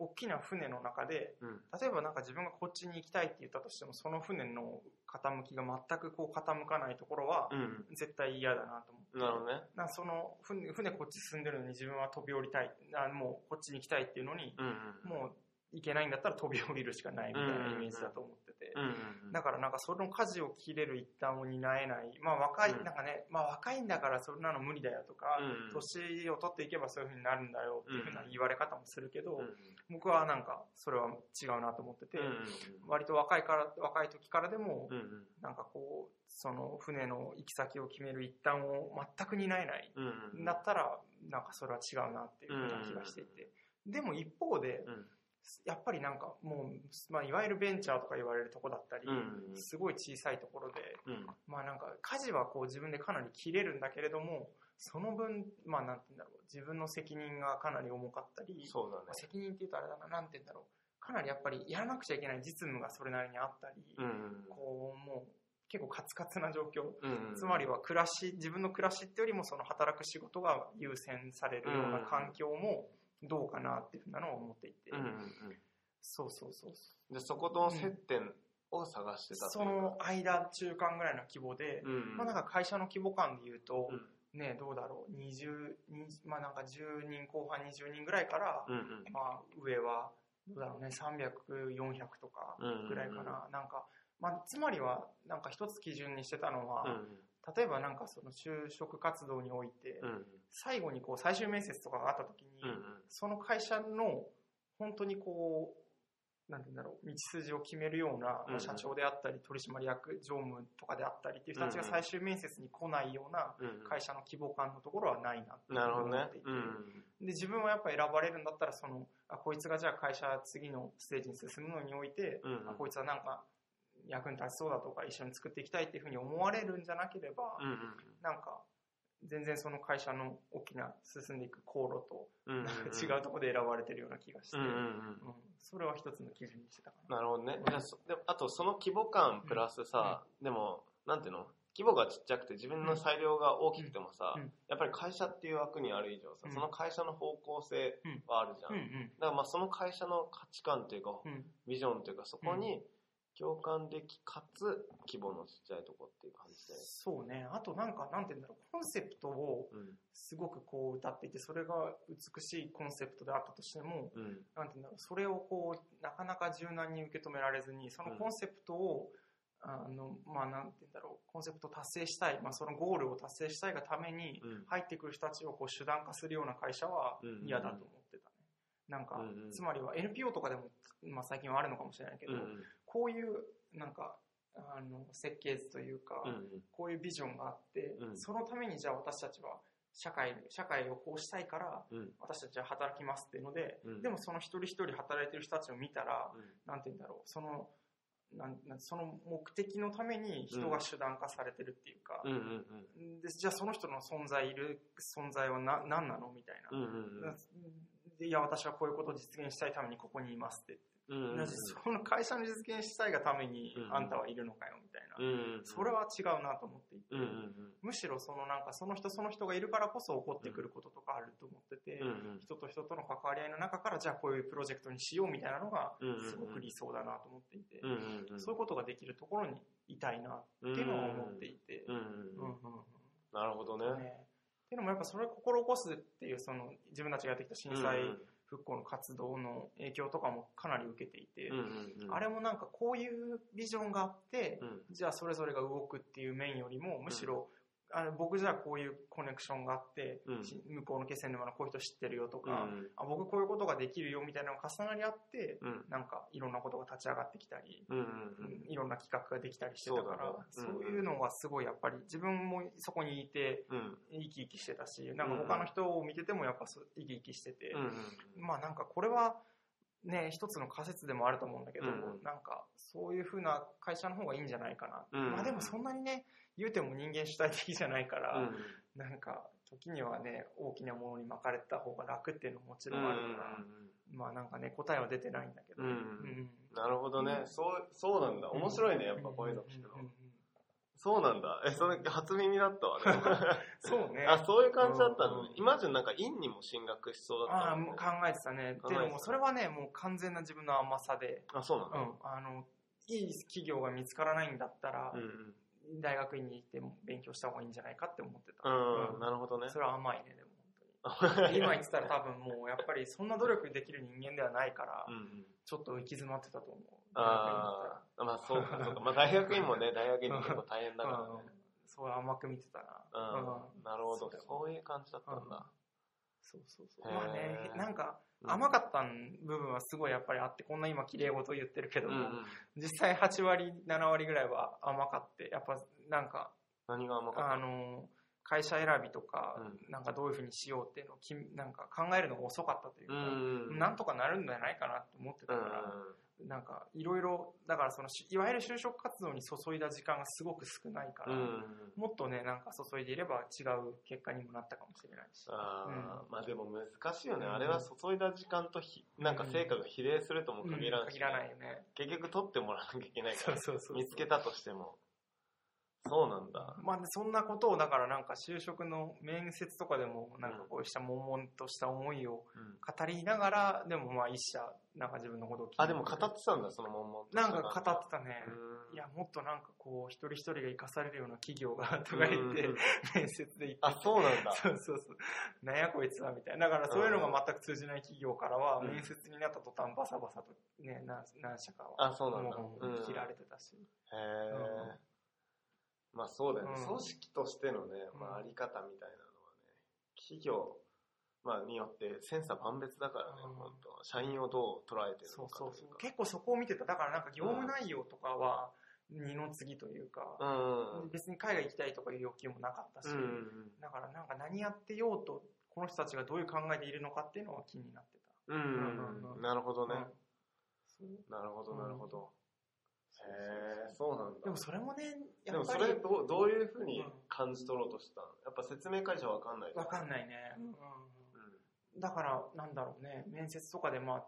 大きな船の中でうんうん例えばなんか自分がこっちに行きたいって言ったとしてもその船の傾きが全くこう傾かないところはうん絶対嫌だなと思って、うんなるほどね。なんかその船船こっち進んでるのに自分は飛び降りたいあもうこっちに行きたいっていうのにうんもう行けないんだったら飛び降りるしかないみたいなイメージだと思ってて、うんうんうんだからなんかその舵を切れる一端を担えない、まあ若い、うんなんかね、まあ若いんだからそんなの無理だよとか、うん年を取っていけばそういう風になるんだよっていう風な言われ方もするけど、うんうん僕はなんかそれは違うなと思ってて、うんうん割と若いから、若い時からでも、うんなんかこう、その船の行き先を決める一端を全く担えない、うんうんだったらなんかそれは違うなっていう風な気がしていて、でも一方で、うんやっぱりなんかもう、まあいわゆるベンチャーとか言われるとこだったり、うんすごい小さいところで、うんうんまあなんか家事はこう自分でかなり切れるんだけれども、その分、まあなんて言うんだろう、自分の責任がかなり重かったり、そうだねまあ。責任って言うとあれだな、なんて言うんだろう、かなりやっぱりやらなくちゃいけない実務がそれなりにあったり、うんこうもう結構カツカツな状況、うんうんつまりは暮らし、自分の暮らしってよりもその働く仕事が優先されるような環境もどうかなっていうふうなのを思っていて、うんうんうんそうそうそうそう。でそことの接点を探してたっていそうかの間、中間ぐらいの規模で、うんうんまあなんか会社の規模感で言うと、うんね、どうだろう、20、20まあなんか10人後半20人ぐらいから、うんうんまあ上は、どうだろうね、300、400とかぐらいかな。うんうんなんか、まあつまりは、なんか一つ基準にしてたのは、例えばなんかその就職活動において、うんうん最後にこう最終面接とかがあった時に、うんうんその会社の本当にこう、なんて言うんだろう、道筋を決めるような、うんうん社長であったり、取締役、常務とかであったりっていう人たちがうんうん最終面接に来ないようなうんうん会社の規模感のところはないなってなるほど思ねってい。てうんで、自分はやっぱ選ばれるんだったら、その、あ、こいつがじゃあ会社次のステージに進むのにおいて、うんうんあこいつはなんか役に立ちそうだとか、一緒に作っていきたいっていうふうに思われるんじゃなければ、うんなんか、全然その会社の大きな進んでいく航路と、うんうんなんか 違うところで選ばれてるような気がして、うんうんうんうんそれは一つの基準にしてたかな。なるほどね。いやそであとその規模感プラスさ、でも、なんていうの規模がちっちゃくて自分の裁量が大きくてもさ、うんうんやっぱり会社っていう枠にある以上さ、うんその会社の方向性はあるじゃん。うんだからまあその会社の価値観というか、うんうん。ビジョンというかそこに共感でき、かつ規模のちっちゃいとこっていう感じで。そうね。あとなんか、なんて言うんだろう、コンセプトをすごくこう歌っていて、それが美しいコンセプトであったとしても、うん。うん。なんて言うんだろう、それをこう、なかなか柔軟に受け止められずに、そのコンセプトを、あの、まあ、なんて言うんだろう、コンセプトを達成したい、まあ、そのゴールを達成したいがために、うん入ってくる人たちをこう手段化するような会社はうん嫌だと思ってたね。なんかうんう、んつまりは NPO とかでも、まあ最近はあるのかもしれないけどう、んこういう、なんか、あの、設計図というか、うんうんこういうビジョンがあってう、んそのためにじゃあ私たちは社会、社会をこうしたいから、うん私たちは働きますっていうのでうん、でもその一人一人働いてる人たちを見たら、うんなんて言うんだろう、その、なんなんその目的のために人が手段化されてるっていうか、うんうんうんでじゃあその人の存在いる存在はな何なのみたいうんうんうんな、でいや私はこういうことを実現したいためにここにいますって、うんうんうんなぜその会社の実現したいがためにうんあんたはいるのかよみたいな、うんうんうんそれは違うなと思っていて、うんうんうんむしろそのなんかその人その人がいるからこそ起こってくることとかあると思ってて、うんうん人と人との関わり合いの中からじゃあこういうプロジェクトにしようみたいなのがうんうんうんすごく理想だなと思っていて、うんうんうんそういうことができるところにいたいなっていうのを思っていて、うんうんううんんうんうんなるほどね。ね。っていうのもやっぱそれを心起こすっていうその自分たちがやってきた震災復興の活動の影響とかもかなり受けていて、うんうんうん、あれもなんかこういうビジョンがあってう、んじゃあそれぞれが動くっていう面よりもむしろ、あの僕じゃあこういうコネクションがあって、うんし向こうの気仙沼のこういう人知ってるよとうか、んあ僕こういうことができるよみたいなのが重なり合ってうんなんかいろんなことが立ち上がってきたり、うんうんうんいろんな企画ができたりしてたからそそうう,、だねうんいうのがすごいやっぱり自分もそこにいてうんうん生き生きしてたしなんか他の人を見ててもやっぱそう生き生きしてて、うんまあなんかこれはね一つの仮説でもあると思うんだけど、うんなんかそういうふうな会社の方がいいんじゃないかな、うんまあでもそんなにね言うても人間主体的じゃないから、うんなんか時にはね大きなものに巻かれた方が楽っていうのももちうろんあるから、んまあなんかね答えは出てないんだけど、うんうんなるほどね。そう、そうなんだ。面白いね、やっぱこういうの聞くの。そうなんだ。え、それ初耳だったわね。そう ねあ、そういう感じだったのうねん。イマジュンなんか院にも進学しそうだったああもんもねう考えてたね考えてでたもそれはねもう完全な自分の甘さで、あ、そうなうんだ。あのいい企業が見つからないんだったら、うん大学院に行っても勉強した方がいいんじゃないかって思ってた。うん。う、うんんなるほどね。それは甘いね、でも 本当に。今言ってたら多分もうやっぱりそんな努力できる人間ではないからう、んうん。ちょっと行き詰まってたと思う。ああ、まあそうか、そうか。まあ大学院も ね、大学院も結構大変だ大か学ら院行ったらね。うんそう甘く見てたな。うんうん。なるほどそうだ。よそういう感じだったんだ。そうそうそへう。ーまあね、なんかうん甘かった部分はすごいやっぱりあって、こんな今綺麗事言ってるけうどんうも、ん。実際8割、7割ぐらいは甘かって、やっぱなんか、何が甘かったあの、会社選びとか、なんかどういうふうにしようっていうのをき、なんか考えるのが遅かったといううか、ん。なんとかなるんじゃないかなって思ってたうかんら、なんかいろいろ、だからそのし、いわゆる就職活動に注いだ時間がすごく少ないかうら、ん。うん。もっとね、なんか注いでいれば違う結果にもなったかもしれないし。ああ、うまあでも難しいよね。うんあれは注いだ時間とひ、なんか成果が比例するともうん限らんし、限らないよね。結局取ってもらわなきゃいけないかそうら、そうそう。見つけたとしても。そうなんだ。まあね、そんなことを、だからなんか就職の面接とかでも、なんかこうした悶々とした思いをうん語りながら、でもまあ一社、なんか自分のことを聞いてあ、でも語ってたんだ、そのもんもなんか語ってたね。うんいや、もっとなんかこう、一人一人が生かされるような企業が、とか言っうてん、面接で言ってあ、そうなんだ。 そうそうそう。なんやこいつはみたいな。だからそういうのが全く通じない企業からは、うん面接になった途端バサバサとね、何何社かは。あ、そうなんだ。もうん切られてたし。へえ。まあそうだよね。うん組織としてのね、まああり方みたいなのはね、企業、まあ、によって千差万別だからね、うん本当社員をどう捉えてるそのうかそとういそうう。か。結構そこを見てた。だからなんか業務内容とかは、二の次といううか、んうん別に海外行きたいとかいう要求もなかったし、うんうんだからなんか何やってようと、この人たちがどういう考えでいるのかっていうのは気になってた。うんうんうんうんなるほどね。うんそうなるほど、うんなるほど。そうそうそうへえ、そうなんだ。でもそれもね、でやもっぱそりれどう、どういうふうに感じ取ろうとしてたのやっぱ説明会じゃわかんない。わかんい。ないね。うんだから、なんだろうね、面接とかでまあ、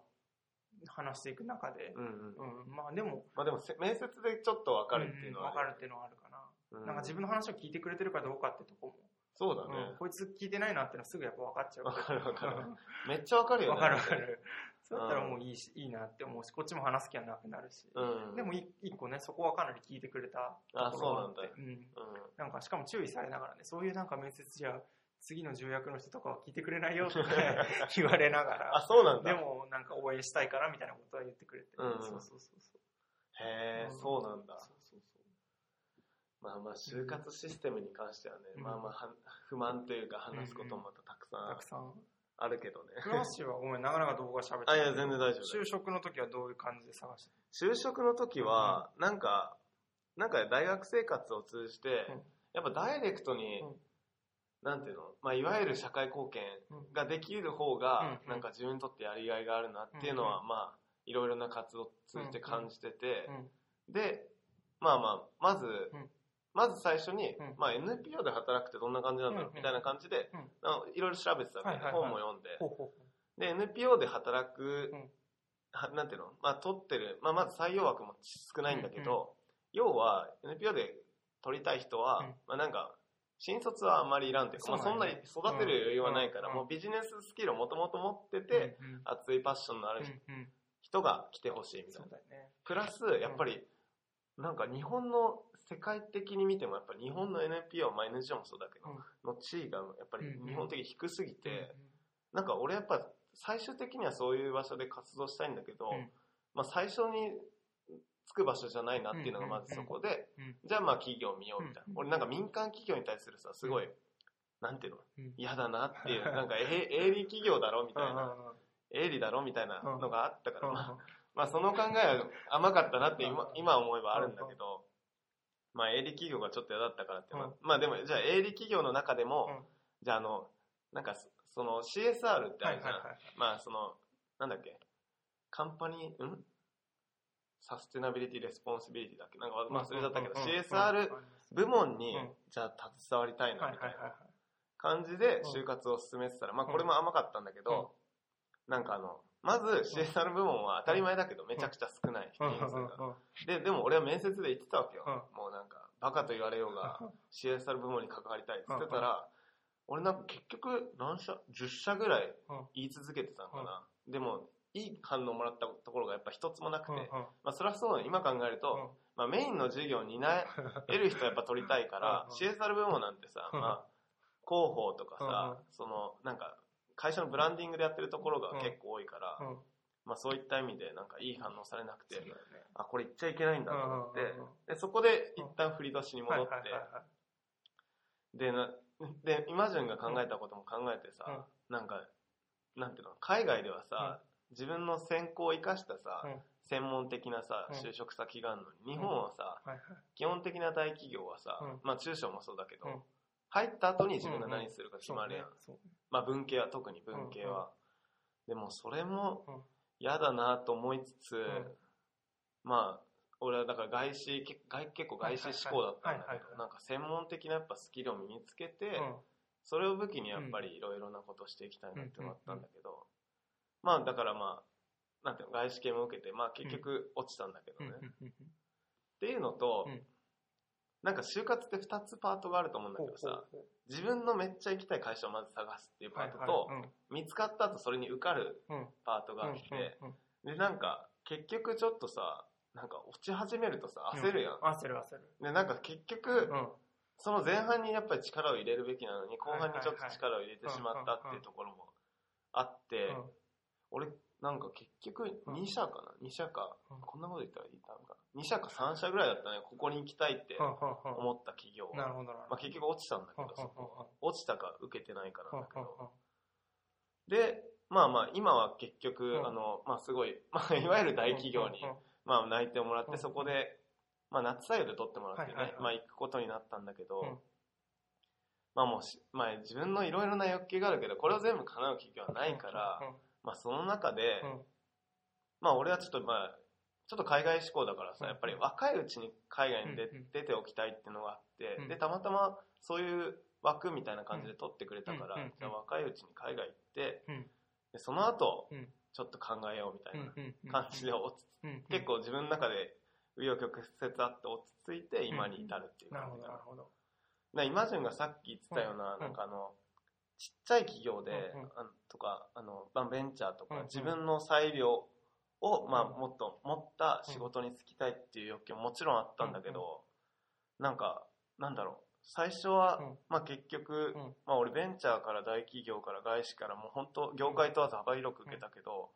話していく中でう、ん。うんうん。うん、まあでも、まあでもせ、面接でちょっとわかるっていうのは、わかるっていうのはあるかな。うなんか自分の話を聞いてくれてるかどうかってとこも、そうだうねん。こいつ聞いてないなってのはすぐやっぱ分かっちゃう。わかるわかるうんめっちゃわかる よわね。かるわかる。そうだったらもういいし、いいなって思うし、こっちも話す気はなくなるし。うん。でもい一個ね、そこはかなり聞いてくれたあところがってそうなんだうん。うなんかしかも注意されながらね、そういうなんか面接じゃ、次の重役の人とかは聞いてくれないよとか 言われながん。あ、ら、そうなんだ。でもなんか応援したいからみたいなことは言ってくれて、うんそうそうそうそう。へえ、うんそうなんだ。そうそうまあまあ、就活システムに関してはね、うんまあまあは、不満というか話すこともまたたくさそんう。たくさん。あるけどね。クラッシュはごめん、なかなか動画喋ってあ、いや、全然大丈夫だよ就職の時はどういう感じで探して就職の時は、なんか、なんか大学生活を通じて、うんやっぱダイレクトに、うんなんていうの、まあ、いわゆる社会貢献うんができる方が、うんなんか自分にとってやりがいがあるなっていうのは、まあ、いろいろな活動を通じて感じてて、うんで、まあまあ、まず、うんまず最初に、うんまあ NPO で働くってどんな感じなんだろう、うんみたいな感じで、うんあのいろいろ調べてたわけ、はいはいはい本も読んで、ほうほうで、NPO で働く、うんはなんていうのまあ、取ってる、まあ、まず採用枠も少ないんだけど、要は、NPO で取りたい人は、うんまあ、なんか、新卒はあんまりいらんというか、まあ、そそうんななんやに育てる余裕はないから、うんもうビジネススキルをもともと持ってて、、うんうん熱いパッションのあるうんうん人が来てほしいみたいそうな。だよね。プラス、やっぱり、なんか日本の世界的に見てもやっぱり日本の NPO、まあ、NGO もそうだけど、の地位がやっぱり日本的に低すぎて、なんか俺やっぱ最終的にはそういう場所で活動したいんだけど、うんまあ最初につく場所じゃないなっていうのがまずそこで、うんうんうんじゃあまあ企業見ようみたいな、うん俺なんか民間企業に対するさすごい、なんていうのうん嫌だなっ ていうなんかえ営利企業だろみたいな、営利だろみたいなのがあったから、まあまあその考えは甘かったなって今今思えばあるんだけど、まあ営利企業がちょっと嫌だったからって、まあうんまあでもじゃあ営利企業の中でも、うんじゃああのなんかそその CSR ってあるじゃん、まあそのなんだっけカンパニーんサステナビリティレスポンシビリティだっけなんかまあ忘れちゃったけど CSR 部門にうんじゃあ携わりたいなみたいな感じで就活を進めてたらまあこれも甘かったんだけどなんかあのまず CSR 部門は当たり前だけどめちゃくちゃ少ない人数がででも俺は面接で言ってたわけようもうなんかバカと言われよう が CSR 部門に関わりたいって言ってたら俺なんか結局何社10社ぐらい言い続けてたのかな、でもいい反応もらったところがやっぱ一つもなくて、まあ、それはそうだね今考えると、まあ、メインの授業を担える人やっぱ取りたいからうん CSR 部門なんてさ、うんまあ、広報とかうんうさんそのなんか会社のブランディングでやってるところが結構多いから、まあ、そういった意味でなんかいい反応されなくて、あこれ言っちゃいけないんだと思って、でそこで一旦振り出しに戻って、でなでイマジュンが考えたことも考えてさ、なんかなんていうの海外ではさ、自分の専攻を生かしたさ、うん専門的なさうん就職先があるのに日本はさ、基本的な大企業はさ、うんまあ中小もそうだけど、うん入った後に自分が何するか決まるやん、まあ文系は特に文系は、でもそれうんも嫌だなと思いつつ、んまあ俺はだから外資け外結構外資志向だったんだはいはいはいはいけはいどなんか専門的なやっぱスキルを身につけて、それを武器にやっぱりいろいろなことしていきたいなって思ったんだけど、まあだからまあ、なんていうの、外資系も受けて、まあ結局落ちたんだけどね。っていうのと、うんなんか就活って2つパートがあると思うんだけどさ、自分のめっちゃ行きたい会社をまず探すっていうパートと、見つかった後それに受かるパートがあって、でなんか結局ちょっとさ、なんか落ち始めるとさ、焦るやん。で、なんか結局、その前半にやっぱり力を入れるべきなのに、後半にちょっと力を入れてしまったっていうところもあって、俺、なんか結局うん2社かな ?2 社かうん。こんなこと言ったらいいかな。2社か3社ぐらいだったね。ここに行きたいって思った企業。まあ結局落ちたんだけど、そこ落ちたか受けてないかなんだけど。で、まあまあ今は結局、うんあの、まあすごい、まあいわゆる大企業に、まあ内定をもらっうんて、そこで、まあ夏採用で取ってもらってね、はいはいはいまあ行くことになったんだけど、うんまあもうし、まあ自分のいろいろな欲求があるけど、これを全部叶う企業はないから、まあその中で、まあ俺はちょっとまあ、ちょっと海外志向だからさ、うんやっぱり若いうちに海外に出,、うんうん出ておきたいっていうのがあって、うんで、たまたまそういう枠みたいな感じで取ってくれたから、うんうんうんじゃあ若いうちに海外行って、うんでその後、うんちょっと考えようみたいな感じで落ち結構自分の中で紆余曲折あって落ち着いて今に至るっていうなる感ほじど、なかなる。ほど。なイマジュンがさっき言ってたような、うんなんかあの、ちっちゃい企業で、うんうんあのとか、あの、まあベンチャーとうんうかん、自分の裁量を、まあ、うんもっと持った仕事に就きたいっていう欲求ももちろんあったんだけど、なんか、なんだろう、最初は、うんまあ結局、うんまあ俺ベンチャーから大企業から外資からもう本当業界問わず幅広く受けたけど、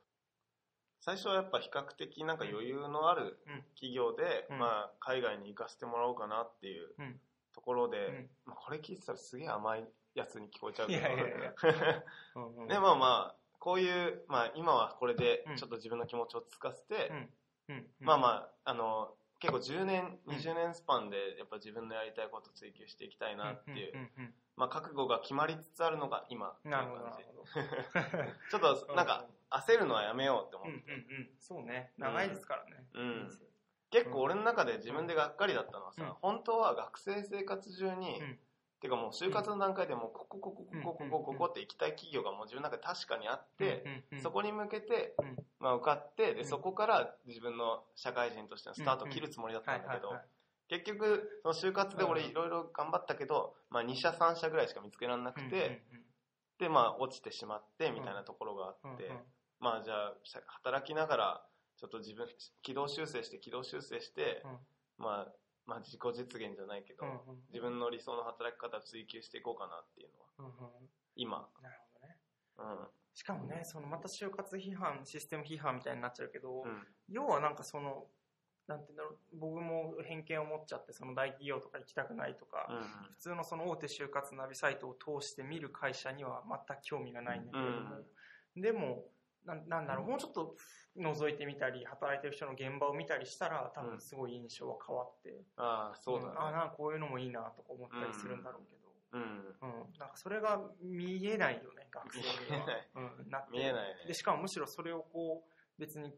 最初はやっぱ比較的なんか余裕のあるうん企業で、うんまあ海外に行かせてもらおうかなっていううんところで、うんまあ、これ聞いてたらすげえ甘いやつに聞こえちゃういけどやいやいや でもまあこういう、まあ、今はこれでちょっと自分の気持ちを落ち着かせて、まあまああの結構10年うん20年スパンでやっぱ自分のやりたいことを追求していきたいなっていう、う。まあ、覚悟が決まりつつあるのが今っていうな感るほど、なるじほど。ち ょっとなんか焦るのはやめようって思うんっうんて、うん、そうね、長いですからね。うん人生結構俺の中で自分でがっかりだったのはさ、うん本当は学生生活中に、うんてかもう就活の段階でもうここここここここここって行きたい企業がもう自分の中で確かにあって、うんうんそこに向けて、うんまあ、受かってうでんそこから自分の社会人としてのスタートを切るつもりだったんだけど、はいはいはい結局その就活で俺うんいろいろ頑張ったけど、まあ、2社3社ぐらいしか見つけられなくて、うんうんうんでまあ落ちてしまってみたいなところがあって、うんうんまあじゃあ社働きながらちょっと自分軌道修正して軌道修正して、うんまあまあ自己実現じゃないけど、自分の理想の働き方を追求していこうかなっていうのは、うんうん今。なるほどね。うん。しかもね、そのまた就活批判、システム批判みたいになっちゃうけど、うん。要はなんかその、なんていうんだろう、僕も偏見を持っちゃって、その大企業とか行きたくないとか、普通のその大手就活ナビサイトを通して見る会社には全く興味がないんだけれども、でもなん、なんだろう、もうちょっと覗いてみたり、働いてる人の現場を見たりしたら、多分すごい印象は変わって、ああ、そうだねんあ。なんかこういうのもいいなとか思ったりするんだろうけど、うん。うん、なんかそれが見えないよね、学生に 見えはない。うん、なって見えないねで、しかもむしろそれをこう、別に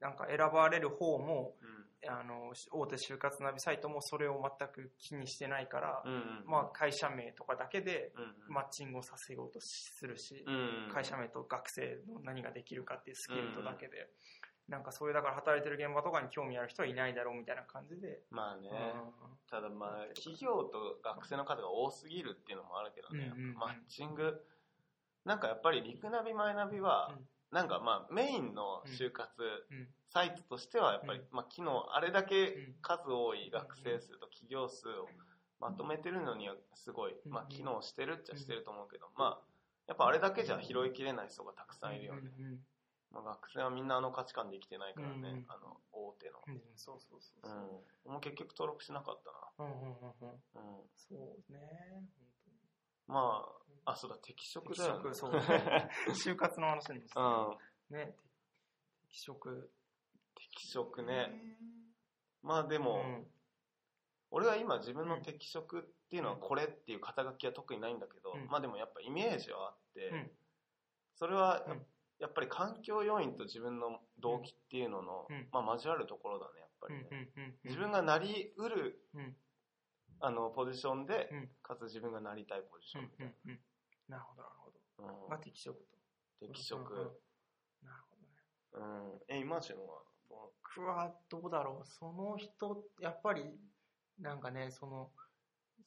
なんか選ばれる方も、うん。あの、大手就活ナビサイトもそれを全く気にしてないから、うん。まあ会社名とかだけでうん、マッチングをさせようとするし、うん。会社名と学生の何ができるかっていうスキルとだけで、なんかそういうだから働いてる現場とかに興味ある人はいないだろうみたいな感じで、まあね。うただまあ、企業と学生の数が多すぎるっていうのもあるけどね、うんうんうんマッチング。なんかやっぱりリクナビ、マイナビは、なんかまあメインの就活んうんサイトとしてはやっぱり、うんまあ昨日あれだけうん数多い学生数と企業数をまとめてるのにはすごい、うんまあ機能してるっちゃしてると思うけど、まあやっぱあれだけじゃ拾いきれない人がたくさんいるよね。うんうんまあ学生はみんなあの価値観で生きてないからね、うんうんあの大手の。うんそうそうそうそうう。ん。俺も結局登録しなかったうんうんうんうんな。うん。そうね。まあ、あ、そうだ、適本職当だよ、にね。適職、そうね。就活の話にも うん。ね、適職。適職ね。まあでも、うん俺は今自分の適職っていうのはこれっていう肩書きは特にないんだけど、うんまあでもやっぱイメージはあって、うんそれはや,、うんっぱり環境要因と自分の動機っていうのの、うんまあ交わるところだね、やっぱうりんね。うんうん自分がなりうる、うんあの、ポジションで、うんかつ自分がなりたいポジシうんョンうみたいんうん。なるほど、なるほど。な。うんが適職と。適うんうん職。なるほどね。うん。え、今旬はど僕はどうだろう、その人、やっぱり、なんかね、その、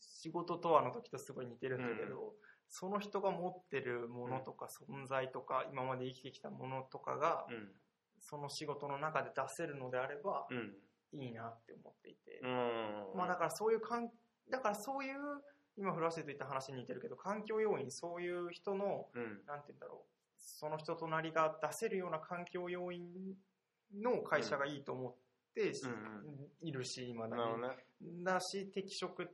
仕事とはの時とすごい似てるんだけど、その人が持ってるものとか存在とか、今まで生きてきたものとかが、うその仕事の中で出せるのであれば、うん。いいなって思っていて。うん。まあだからそういう環、だからそういう、今古橋と言った話に似てるけど、環境要因、そういう人の、うん。なんて言うんだろう、その人となりが出せるような環境要因の会社がいいと思って、うんいるし、今だなるほどね。に。だし、適職っ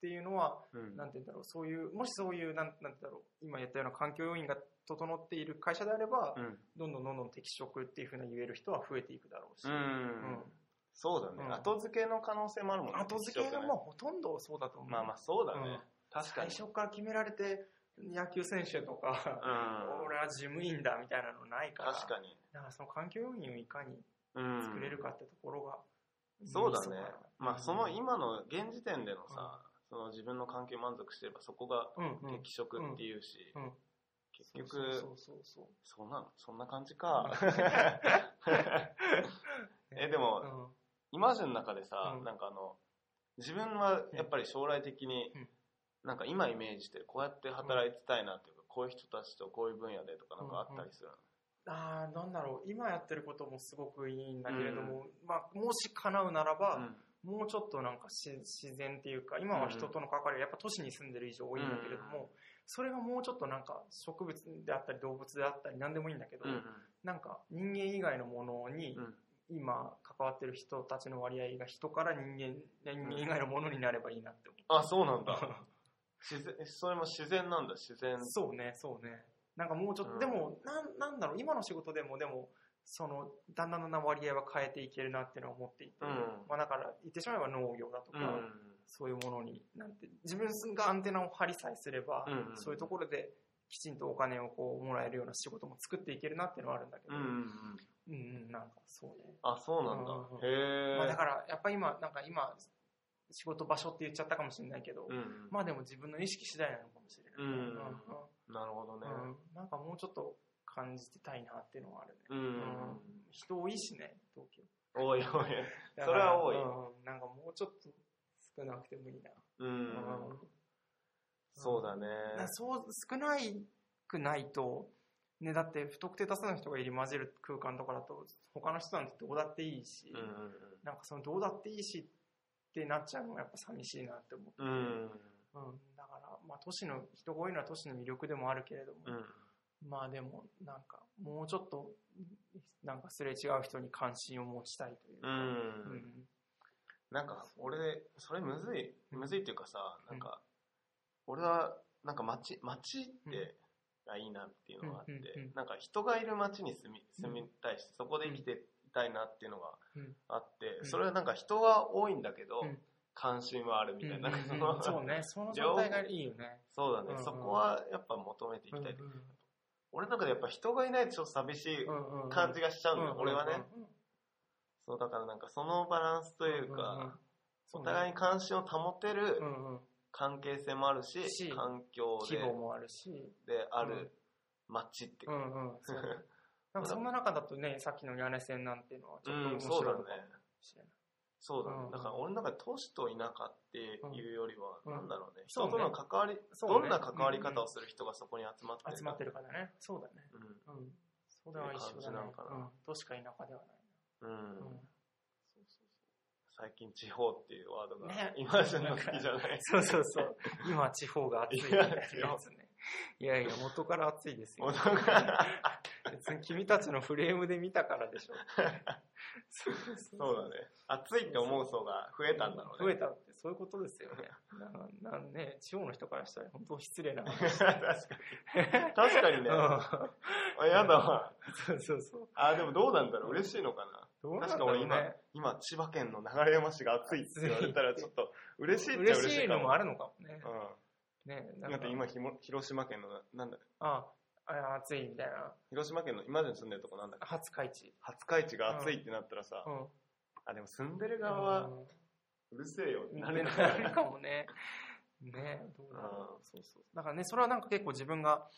ていうのは、うんなんて言うんだろう、そういう、もしそういう、なんなんて言うんだろう、今言ったような環境要因が整っている会社であれば、うん。どんどんどんどん適職っていうふうに言える人は増えていくだろうし、うんうんそうだね、うん後付けの可能性もあるもんね。後付けがねもうほとんどそうだと思う。まあまあそうだね。うん確か最に。初から決められて、野球選手とか、うん。俺は事務員だみたいなのないから、確かに。だからその環境要因をいかにうん。作れるかってところが、そうだねミソかな。まあその、今の現時点でのさ、その自分の環境満足してればそこがうんうん、適職っていうし、うん結局、そうそうそうそうそうなのそんな感じか。え、でうも、ん イマジュの中でさ、うんなんかあの、自分はやっぱり将来的にうん、なんか今イメージしてるこうやって働いてたいなっていうか、こういう人たちとこういう分野でとかなんかあったりするあーなんだろう今やってることもすごくいいんだけれども、まあ、もし叶うならの、ば、もうちょっとなんかし自然っていうか今は人との関わりがやっぱ都市に住んでる以上多いんだけれども、それがもうちょっとなんか植物であったり動物であったり何でもいいんだけど、うんうんなんか人間以外のものにうん今関わってる人たちの割合が人から人間人間以外のものになればいいなって思あ、そうなんうだ。 自然、それも自然なんだ、自然。そうね、そうね。なんかもうちょっと、うんでもなん、なんだろう、今の仕事でも、でも、その、だんだんだんだん割合は変えていけるなっていうのは思っていて、うんまあだから、言ってしまえば農業だとか、そういうものに、なんて、自分がアンテナを張りさえすれば、うんうんそういうところで、きちんとお金をこう、もらえるような仕事も作っていけるなっていうのはあるんだけうど、んうんうん。うんうん、なんか、そうね。あ、そうなんだうんうん。へえ。まあだから、やっぱ今、なんか今、仕事場所って言っちゃったかもしれないけど、うんうんまあでも自分の意識次第なのかもしれない。うんなるほどね。うん、なんかもうちょっと感じてたいなっていうのはあるね。うんうんうん人多いしね、東京。うん。おいおい。だそかられは多いうんなんかもうちょっと少なくてもいいな。う。うんそうだね。だからそう少ないくないと、ね、だって不特定多数の人が入り混じる空間とかだと、他の人なんてどうだっていいし、うんうんうん。なんかそのどうだっていいしってなっちゃうのもやっぱ寂しいなって思う。うん。うん、だから、まあ、都市の人が多いのは都市の魅力でもあるけれども、うん。まあでもなんかもうちょっとなんかすれ違う人に関心を持ちたいといううか、うんん。なんか、俺、それむずい、むずいっていうかさ、なんか、俺は、なんか街、街って、がいいなっていうのがあってうんうんうん、なんか人がいる街に住み、住みたいし、そこで生きていたいなっていうのがうんあってう、んそれはなんか人が多いんだけどうん、関心はあるみたいな、なんかそうんそうの、ねその状態がいいよねそうだうんうねん、そこはやっぱ求めていきたい。俺なんかでやっぱ人がいないとちょっと寂しい感じががしちゃうんだよ、俺はね。うんそう、だからなんかそのバランスといううんうんうんか、お互いに関心を保てるうんうん関係性もあるしし、環境規で模もあるし、である街って。ううん、んうん、そうなんかそんな中だとねさっきの屋根線なんていうのはちょっと面そう白いだかねも。しれない、そうだねうん。だから俺の中で都市と田舎っていうよりうんは、なんだろうね。そう人ねとの関わり、そうねどんな関わり方をする人がそこに集まってる集まってる。るからねそうだねうんそれは一緒だねっていう感じなのかなうん、都市か田舎ではないうん。な、うんうん最近地方っていうワードがね今じゃな好きじゃない。 そうそうそう。今、地方が暑いみたいなやつね。いやいや、元から暑いですよ。音が別に君たちのフレームで見たからでしょ。そう そうだね。暑いって思う層が増えたんだろう増えね。たってそういうことですよね。ななんね、地方の人からしたら本当失礼な。うん 確かに。確かに ね。あやだわ。そうそうそう。あ、でもどうなんだろう嬉しいのかな。どうなんだ確かろう俺今ね。、今千葉県の流山市が暑いって言われたらちょっと嬉しいっちゃ嬉嬉ししいいかのも。もあるのかもね。ね、う。なんんだかって今ひも、広島県のな、なんだ、あ、あ暑いみたいな。広島県の今まで住んでるとこなんだっけ初開地。廿日市が暑いってなったらさ、うん。あ、でも住んでる側はうんうるせえよってななるるのなかなるかもね。ねどうだろう。そうそう。だからね、それはなんか結構自分が、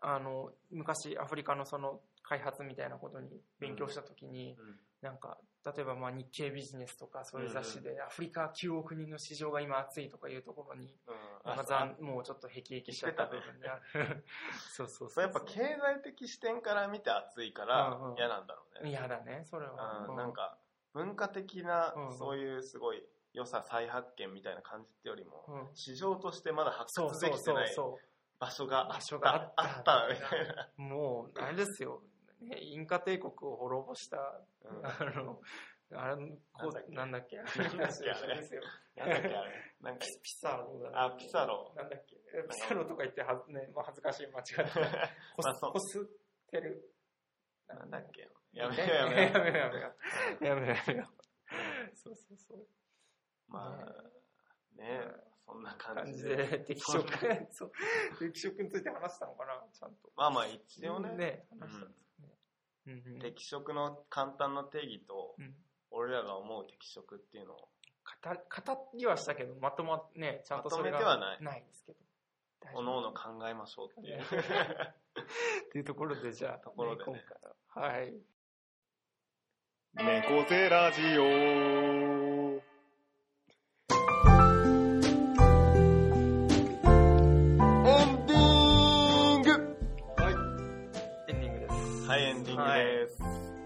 あの、昔アフリカのその開発みたいなことに勉強したときに、 うんなんか、例えばまあ日経ビジネスとかそういう雑誌で、アフリカ9億人の市場が今熱いとかいうところに、うんなんか残もうちょっと辟易しちゃった部分である。そうそう そそうう。やっぱ経済的視点から見て暑いからうんうん嫌なんだろうね。嫌だね、それは。う、うんんなんか文化的なうんうんそういうすごい良さ再発見みたいな感じってよりも、うん市場としてまだ発そう掘そでうきてそうないそう。場所があ場っ所たがあったあったみたいな。もう、あれですよ、ね、インカ帝国を滅ぼした、うんあの、あれこうなんだっけ、なんだっけあれですよなんだっけあれ なんかピピサロだあピサロなんだっけ、えピサロとか言ってはず、ね、まあ、恥ずかしい、間違ってこす まあそうこすってる。なんだっけやめようややめよめようやめようう。やめようやめよう。そうそうそう。まあねそんな感感じじでで、適職、そう、適職について話したのかな、ちゃんと。まあまあ一応ね話したんですかね。うんうん適職の簡単な定義とうん俺らが思う適職っていうのを語語りはしたけどまとまねちゃんとそれがまとめてはないないですけど大丈夫おのおの考えましょうっていうねっていうところでじゃあ、ところでねね今回ははい猫背ラジオエエンディングンディングですはいエンディングです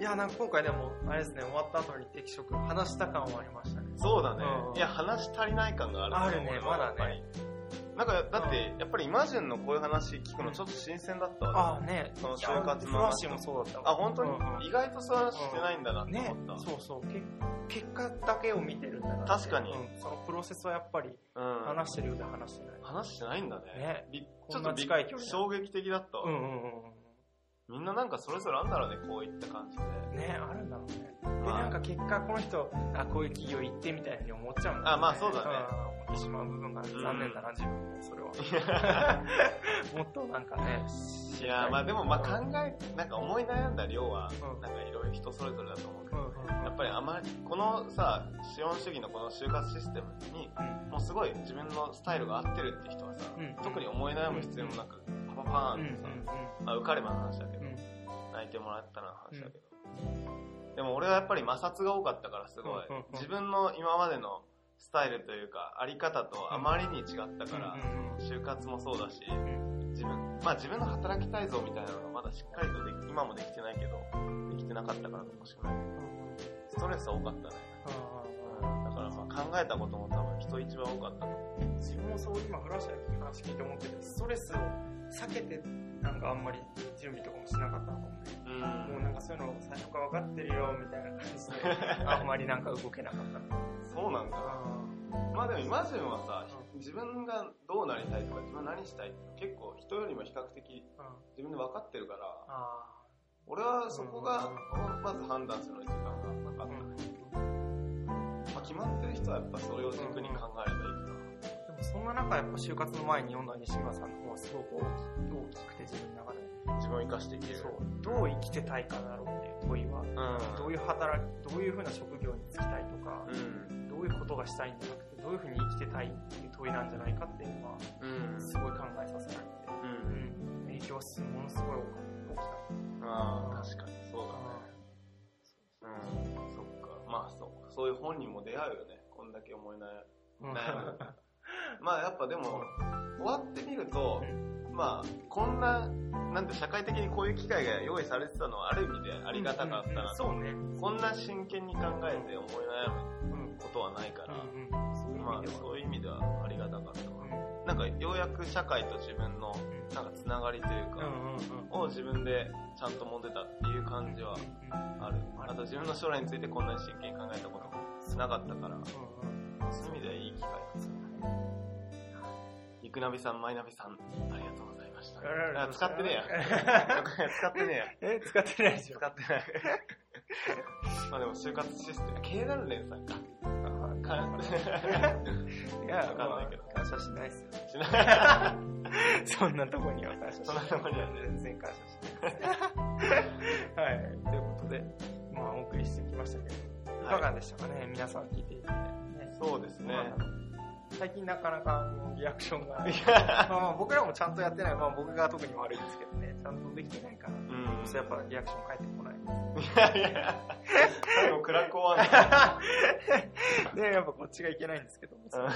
いやなんか今回でもあれですね終わった後に適職話した感はありましたねそうだねうん。いや、話足りない感があるあるね俺はやっぱりなんか、だって、やっぱりイマジンのこういう話聞くのちょっと新鮮だったわ。ああねその就活のフラッシュもそうだったわあ、本当にうんうん意外とそういう話してないんだなってね思っそうそうけ結果だけを見てるんだなって確かにうんそのプロセスはやっぱりた。うん。話してるようで話してない、話してないんだねね。びちこょんっなと近い距離びっ衝撃的だったうんうんわ。うんうんみんななんかそれぞれあんだろうね、こういった感じで。ねあるんだろうねでまあなんか結果この人あこういう企業行ってみたいに思っちゃうんだよねあまあそうだねうん思ってしまう部分が残念だな、自分もそれはもっとなんかねいやー、まあでも、まあ考うんえ、なんか思い悩んだ量は、うんなんかいろいろ人それぞれだと思うけうど、んうんうんやっぱりあまり、このさ、資本主義のこの就活システムに、もうすごい自分のスタイルが合ってるって人はさ、うん特に思い悩む必要もなく、パパパーンってさ、まあ、受かればの話だけど、泣いてもらったらの話だけど、でも俺はやっぱり摩擦が多かったからすごい、うんうんうん自分の今までのスタイルというか、あり方とあまりに違ったから、就活もそうだし、自分、まあ自分の働きたいぞみたいなのがまだしっかりとでき今もできてないけど、できてなかったからかもしれない。ストレスは多かったね。だからまあ考考えたことも多分人一番多かったね。自分もそう今フラッシュの話聞いて思っててストレスを避けてなんかあんまり準備とかもしなかったのかもねうもうなんかそういうの最初から分かってるよみたいな感じであんまりなんか動けなかったのそうなんだ。まあでもイマジンはさ、自分がどうなりたいとか自分は何したいって結構人よりも比較的あーうん自分で分かってるから、あ俺はそこが、まず判断するのに時間がなかーっうた。んまあ、決まってる人はやっぱそれを軸に考えればいいかな。でもそんな中やっぱ就活の前に読んだ西村さんの方はすごく大き大きくて自分の中で自分を生かしていける。そうどう生きてたいかだろうっていう問いはうん。どういう働きどういうふうな職業に就きたいとかうん。どういうことがしたいんじゃなくてどういうふうに生きてたいっていう問いなんじゃないかっていうのはうん。すごい考えさせられて、うん、うん。影響はすものすごい大きかっああ、確かにそうただね。うん。そっか。まあそう。そういう本にも出会うよね。こんだけ思い悩うんむ。悩むまあやっぱでも、終わってみるとう、まあ、こんな、なんて社会的にこういう機会が用意されてたのはある意味でありがたかったなと。そうね、うんこんな真剣に考えて思い悩むことはないから、そういうま意味であは、そういう意味ではありがたかったわ。なんかようやく社会と自分のなんかつながりといううんか、うんうんを自分でちゃんと持てたっていう感じはある。あと自分の将来についてこんなに真剣に考えたこともなかったから、うんうんそういう意味ではいい機会ですね。ゆくなびさん、まいなびさん、ありがとうございました。あ使って ねえや。使ってねえや。え使ってないで しょ使ってない。まあでも就活システム、経団連さんか。 かいや、わかんないけどまあ感謝しないっすよ。 しない。そんなとこには感謝しない。そんなとこにはね全然感謝 しない。はい。ということで、まあ、お送りしてきましたけど、いかがでしたかね、皆さん聞いていただいてね。そうですね。まあ最近なかなかあのリアクションが、まあまあ僕らもちゃんとやってない、まあ僕が特に悪いですけどね、ちゃんとできてないから、うそん。してやっぱリアクション返ってこない。いやいや。最後、クラック終 わんので、やっぱこっちがいけないんですけど、 うんまあ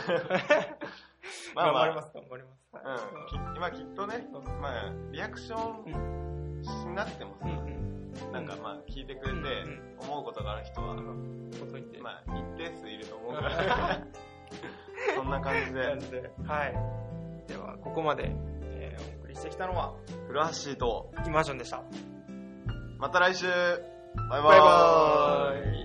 頑ま張あります、頑張ります。はいうんき今きっとね、まあ、リアクションしなくてもさ、うんうんなんかまあ、聞いてくれうんて、思うことがある人は、届いて。まあ、一定数いると思 うから、そんな感じで、はい。では、ここまで、えーお送りしてきたのは、古橋と、イマージョンでした。また来週バイババイーイバーイ